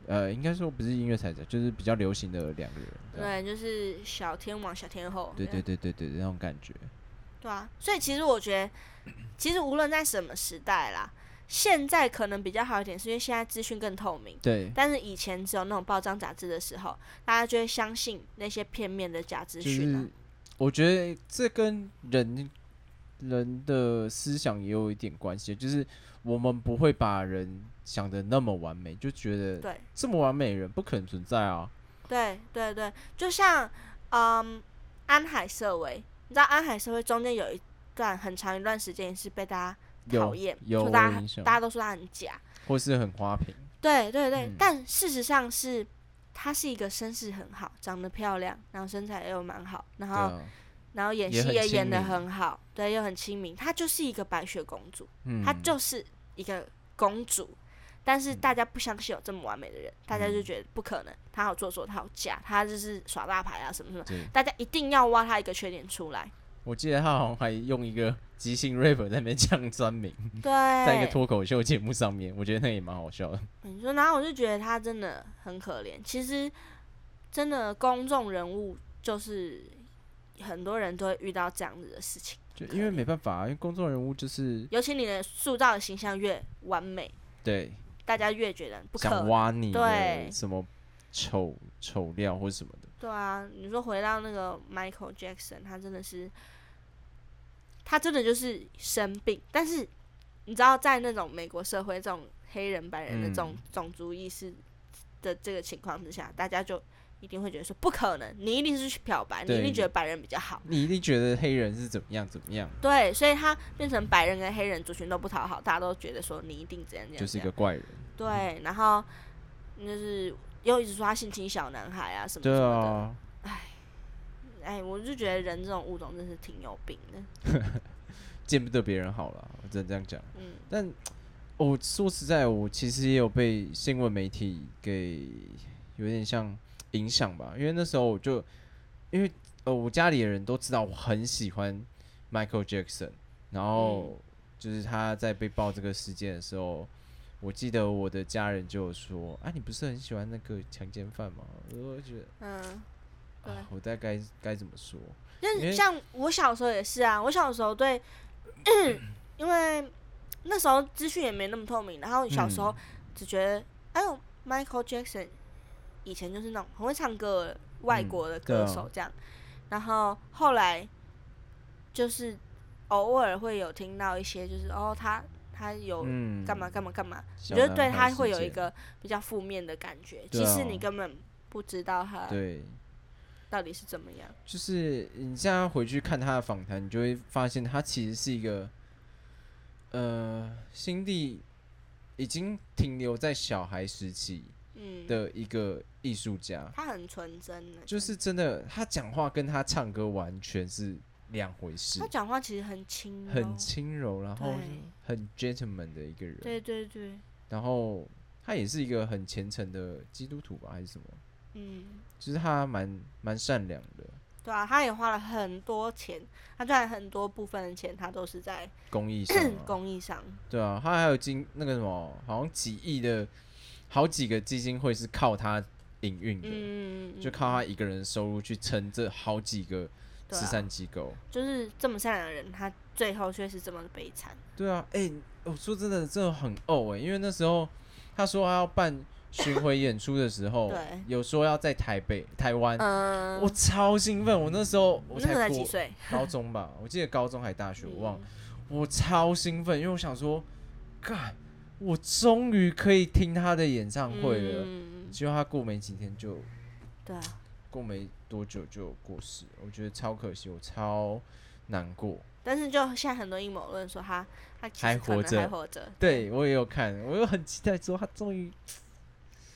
[SPEAKER 3] 呃，应该说不是音乐才子，就是比较流行的两个人。这
[SPEAKER 2] 对，
[SPEAKER 3] 样
[SPEAKER 2] 就是小天王小天后，
[SPEAKER 3] 啊对对对对对，那种感觉。
[SPEAKER 2] 对啊，所以其实我觉得，其实无论在什么时代啦，现在可能比较好一点，是因为现在资讯更透明。
[SPEAKER 3] 对，
[SPEAKER 2] 但是以前只有那种报章杂志的时候，大家就会相信那些片面的假资
[SPEAKER 3] 就
[SPEAKER 2] 讯啊
[SPEAKER 3] 是。我觉得这跟人人的思想也有一点关系，就是我们不会把人想的那么完美，就觉得
[SPEAKER 2] 对
[SPEAKER 3] 这么完美的人不可能存在啊。
[SPEAKER 2] 对对对，就像嗯，安海社会，你知道安海社会中间有一段很长一段时间是被大家讨
[SPEAKER 3] 有
[SPEAKER 2] 厌，
[SPEAKER 3] 有
[SPEAKER 2] 说大
[SPEAKER 3] 我有
[SPEAKER 2] 家
[SPEAKER 3] 印象
[SPEAKER 2] 大家都说他很假，
[SPEAKER 3] 或是很花瓶，
[SPEAKER 2] 对对对，
[SPEAKER 3] 嗯
[SPEAKER 2] 但事实上是她是一个身世很好，长得漂亮，然后身材又蛮好，然
[SPEAKER 3] 对
[SPEAKER 2] 后、
[SPEAKER 3] 啊，
[SPEAKER 2] 然后演
[SPEAKER 3] 也
[SPEAKER 2] 戏
[SPEAKER 3] 很
[SPEAKER 2] 也演
[SPEAKER 3] 亲
[SPEAKER 2] 的
[SPEAKER 3] 民
[SPEAKER 2] 很好，对，又很亲民。她就是一个白雪公主，
[SPEAKER 3] 嗯，
[SPEAKER 2] 她就是一个公主。但是大家不相信有这么完美的人，大家就
[SPEAKER 3] 嗯
[SPEAKER 2] 觉得不可能，她好做作，她好假，她就是耍大牌啊什么什么，
[SPEAKER 3] 对，
[SPEAKER 2] 大家一定要挖她一个缺点出来。
[SPEAKER 3] 我记得他好像还用一个即兴 rapper 在那边唱酸民，
[SPEAKER 2] 对，
[SPEAKER 3] 嗯在一个脱口秀节目上面，我觉得那也蛮好笑的。
[SPEAKER 2] 你说，然后我就觉得他真的很可怜。其实，真的公众人物就是很多人都会遇到这样子的事情，
[SPEAKER 3] 就因为没办法啊，因为公众人物就是
[SPEAKER 2] 尤其你的塑造的形象越完美，
[SPEAKER 3] 对
[SPEAKER 2] 大家越觉得不可
[SPEAKER 3] 想
[SPEAKER 2] 能。
[SPEAKER 3] 挖你
[SPEAKER 2] 对
[SPEAKER 3] 的什么丑丑料或什么的，
[SPEAKER 2] 对啊，你说回到那个 Michael Jackson，他真的是，他真的就是生病，但是你知道，在那种美国社会这种黑人、白人的这种
[SPEAKER 3] 嗯
[SPEAKER 2] 种族意识的这个情况之下，大家就一定会觉得说不可能，你一定是去漂白，你一
[SPEAKER 3] 对
[SPEAKER 2] 定觉得白人比较好。
[SPEAKER 3] 你一定觉得黑人是怎么样怎么样，
[SPEAKER 2] 对，所以他变成白人跟黑人族群都不讨好，大家都觉得说你一定怎样怎样，
[SPEAKER 3] 就是一
[SPEAKER 2] 怎
[SPEAKER 3] 个
[SPEAKER 2] 样
[SPEAKER 3] 怪人。
[SPEAKER 2] 对，然后就是又一直说他性侵小男孩啊什么什
[SPEAKER 3] 对
[SPEAKER 2] 么的，
[SPEAKER 3] 啊，
[SPEAKER 2] 哎，我就觉得人这种物种真是挺有病的。
[SPEAKER 3] 见不得别人好了，我只能这样讲。
[SPEAKER 2] 嗯，
[SPEAKER 3] 但我、哦说实在，我其实也有被新闻媒体给有点像影响吧，因为那时候我就因为呃，我家里的人都知道我很喜欢 Michael Jackson，然
[SPEAKER 2] 嗯
[SPEAKER 3] 后就是他在被爆这个事件的时候。我记得我的家人就有说：“啊，你不是很喜欢那个强奸犯吗？”我就觉得
[SPEAKER 2] 嗯，对
[SPEAKER 3] 啊，我大概该该怎么说？
[SPEAKER 2] 但
[SPEAKER 3] 因为
[SPEAKER 2] 是像我小时候也是啊，我小时候对， [CLEARS THROAT] 因为那时候资讯也没那么透明，然后小时候
[SPEAKER 3] 嗯
[SPEAKER 2] 只觉得，哎呦，Michael Jackson 以前就是那种很会唱歌的外
[SPEAKER 3] 嗯
[SPEAKER 2] 国的
[SPEAKER 3] 对
[SPEAKER 2] 歌
[SPEAKER 3] 啊
[SPEAKER 2] 手这样，然后后来就是偶尔会有听到一些，就是哦，他他有
[SPEAKER 3] 嗯，
[SPEAKER 2] 哦干嘛干嘛干嘛，
[SPEAKER 3] 小
[SPEAKER 2] 你就
[SPEAKER 3] 男
[SPEAKER 2] 对
[SPEAKER 3] 孩
[SPEAKER 2] 他
[SPEAKER 3] 事
[SPEAKER 2] 会有
[SPEAKER 3] 件
[SPEAKER 2] 一个比较负面的感觉，
[SPEAKER 3] 对
[SPEAKER 2] 其实
[SPEAKER 3] 啊
[SPEAKER 2] 你根本不知道他
[SPEAKER 3] 对，
[SPEAKER 2] 到底是怎么样？
[SPEAKER 3] 就是你现在回去看他的访谈，你就会发现他其实是一个，呃，心地已经停留在小孩时期
[SPEAKER 2] 嗯，
[SPEAKER 3] 的一个艺术家，
[SPEAKER 2] 他很纯真呢，
[SPEAKER 3] 就是真的，他讲话跟他唱歌完全是两回事
[SPEAKER 2] 他，讲话其实很轻、哦，
[SPEAKER 3] 很轻柔，然后
[SPEAKER 2] 对
[SPEAKER 3] 很 gentleman 的一个人，
[SPEAKER 2] 对对对，
[SPEAKER 3] 然后他也是一个很虔诚的基督徒吧，还是什么？
[SPEAKER 2] 嗯，
[SPEAKER 3] 就是他蛮蛮善良的，
[SPEAKER 2] 对啊，他也花了很多钱，他赚很多部分的钱，他都是在，
[SPEAKER 3] 公益上、啊
[SPEAKER 2] [CLEARS THROAT] 公益上，
[SPEAKER 3] 对啊，他还有经那个什么，好像几亿的，好几个基金会是靠他营运的，
[SPEAKER 2] 嗯，嗯嗯
[SPEAKER 3] 就靠他一个人的收入去撑这好几个
[SPEAKER 2] 对啊
[SPEAKER 3] 慈善机构。
[SPEAKER 2] 就是这么善良的人，他最后却是这么悲惨，
[SPEAKER 3] 对啊，哎、我说真的，真的很呕哎、因为那时候他说他要办巡回演出的时候
[SPEAKER 2] 对，
[SPEAKER 3] 有说要在台北、台湾，
[SPEAKER 2] 嗯，
[SPEAKER 3] 我超兴奋，我那时候我
[SPEAKER 2] 你那时候
[SPEAKER 3] 才
[SPEAKER 2] 才
[SPEAKER 3] 国
[SPEAKER 2] 几岁？
[SPEAKER 3] 高中吧，我记得高中还大学，我忘了
[SPEAKER 2] 嗯。
[SPEAKER 3] 我超兴奋，因为我想说，干，我终于可以听他的演唱会了。
[SPEAKER 2] 嗯，
[SPEAKER 3] 结果他过没几天就，
[SPEAKER 2] 对啊，
[SPEAKER 3] 过没多久就过世了，我觉得超可惜，我超难过。
[SPEAKER 2] 但是就现在很多阴谋论说他他其实
[SPEAKER 3] 还
[SPEAKER 2] 可能
[SPEAKER 3] 活着
[SPEAKER 2] 还活着，
[SPEAKER 3] 对我也有看，我又很期待说他终于，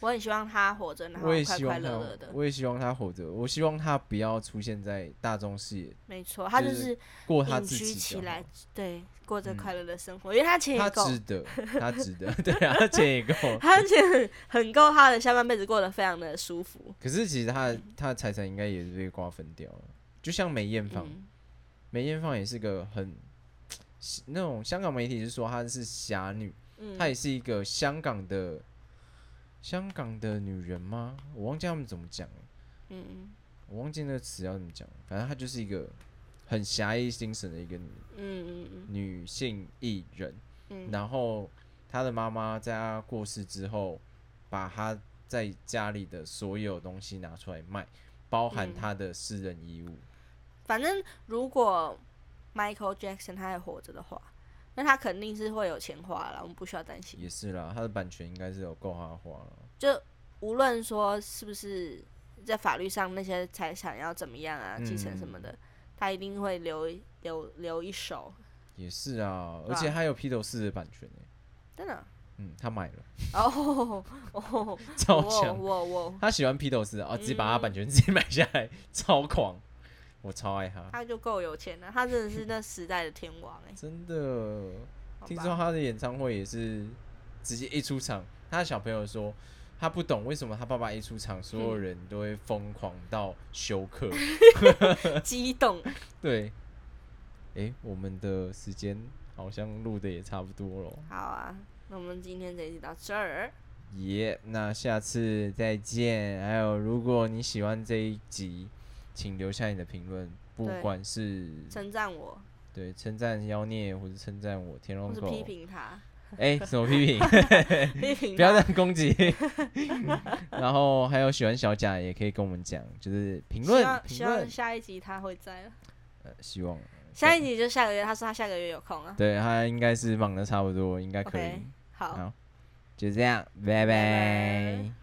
[SPEAKER 2] 我很希望他活着，然后
[SPEAKER 3] 我也
[SPEAKER 2] 快
[SPEAKER 3] 希
[SPEAKER 2] 快
[SPEAKER 3] 望
[SPEAKER 2] 乐
[SPEAKER 3] 他
[SPEAKER 2] 乐的，。
[SPEAKER 3] 我也希望他活着，我希望他不要出现在大众视野，
[SPEAKER 2] 没错，他就
[SPEAKER 3] 就是
[SPEAKER 2] 是
[SPEAKER 3] 过他
[SPEAKER 2] 隐
[SPEAKER 3] 自
[SPEAKER 2] 居
[SPEAKER 3] 己
[SPEAKER 2] 起
[SPEAKER 3] 就
[SPEAKER 2] 来
[SPEAKER 3] 好，
[SPEAKER 2] 对，过着
[SPEAKER 3] 嗯
[SPEAKER 2] 快乐的生活，因为他钱
[SPEAKER 3] 他
[SPEAKER 2] 也够，
[SPEAKER 3] 值得，他值得， [LAUGHS] 对啊，他钱也够。
[SPEAKER 2] [LAUGHS] 他钱很很够，他的下半辈子过得非常的舒服。
[SPEAKER 3] 可是其实他的他的财产应该也是被瓜分掉了，就像梅艳芳，
[SPEAKER 2] 嗯，
[SPEAKER 3] 梅艳芳也是个很那种香港媒体是说她是侠女，
[SPEAKER 2] 嗯
[SPEAKER 3] 她也是一个香港的香港的女人吗？我忘记他们怎么讲了，
[SPEAKER 2] 嗯
[SPEAKER 3] 我忘记那个词要怎么讲了，反正她就是一个很侠义精神的一个女
[SPEAKER 2] 嗯嗯
[SPEAKER 3] 女性艺人。
[SPEAKER 2] 嗯
[SPEAKER 3] 然后她的妈妈在她过世之后，把她在家里的所有东西拿出来卖，包含
[SPEAKER 2] 嗯
[SPEAKER 3] 她的私人衣物。
[SPEAKER 2] 反正如果 Michael Jackson 他还活着的话，那他肯定是会有钱花了，我们不需要担心。
[SPEAKER 3] 也是啦，他的版权应该是有够他花了。
[SPEAKER 2] 就无论说是不是在法律上那些财产要怎么样啊，
[SPEAKER 3] 嗯
[SPEAKER 2] 继承什么的，他一定会留一留留一手，
[SPEAKER 3] 也是啊，
[SPEAKER 2] 对
[SPEAKER 3] 而
[SPEAKER 2] 啊
[SPEAKER 3] 且他有披头士的版权诶、
[SPEAKER 2] 真的。
[SPEAKER 3] 嗯，他买了，
[SPEAKER 2] 哦
[SPEAKER 3] [LAUGHS]
[SPEAKER 2] 哦，
[SPEAKER 3] 超
[SPEAKER 2] 我
[SPEAKER 3] 强。
[SPEAKER 2] 我我，嗯
[SPEAKER 3] 他喜欢披头士啊，直接把他版权自己买下来，超狂，我超爱他，
[SPEAKER 2] 他就够有钱了，他真的是那时代的天王哎、
[SPEAKER 3] 真的。
[SPEAKER 2] 好
[SPEAKER 3] 听
[SPEAKER 2] 吧
[SPEAKER 3] 说他的演唱会也是直接一出场，他的小朋友说他不懂为什么他爸爸一出场，所有人都会疯狂到休克。
[SPEAKER 2] 嗯激动，
[SPEAKER 3] 对，诶、我们的时间好像录的也差不多了。
[SPEAKER 2] 好啊，那我们今天这一集到这儿，
[SPEAKER 3] 嗯耶那下次再见。还有，如果你喜欢这一集，请留下你的评论，不
[SPEAKER 2] 对
[SPEAKER 3] 管是
[SPEAKER 2] 称赞我，
[SPEAKER 3] 对称赞妖孽，或是称赞我天
[SPEAKER 2] 或
[SPEAKER 3] 龙
[SPEAKER 2] 是
[SPEAKER 3] 狗
[SPEAKER 2] 批，评
[SPEAKER 3] [LAUGHS]
[SPEAKER 2] 他，
[SPEAKER 3] 哎、什
[SPEAKER 2] [LAUGHS]
[SPEAKER 3] 么批评？ [LAUGHS]
[SPEAKER 2] 批评
[SPEAKER 3] 不要
[SPEAKER 2] 他
[SPEAKER 3] 这样
[SPEAKER 2] [LAUGHS]
[SPEAKER 3] 攻击。然后还有喜欢小贾也可以跟我们讲，就是评
[SPEAKER 2] 希
[SPEAKER 3] 论
[SPEAKER 2] 望
[SPEAKER 3] 评
[SPEAKER 2] 希望
[SPEAKER 3] 论，
[SPEAKER 2] 下一集他会在了，
[SPEAKER 3] 呃，希望
[SPEAKER 2] 下一集就下个月，他说他下个月有空啊。
[SPEAKER 3] 对他应该是忙的差不多，应该可以。
[SPEAKER 2] OK，好。
[SPEAKER 3] 好，就这样，拜
[SPEAKER 2] 拜
[SPEAKER 3] 拜
[SPEAKER 2] 拜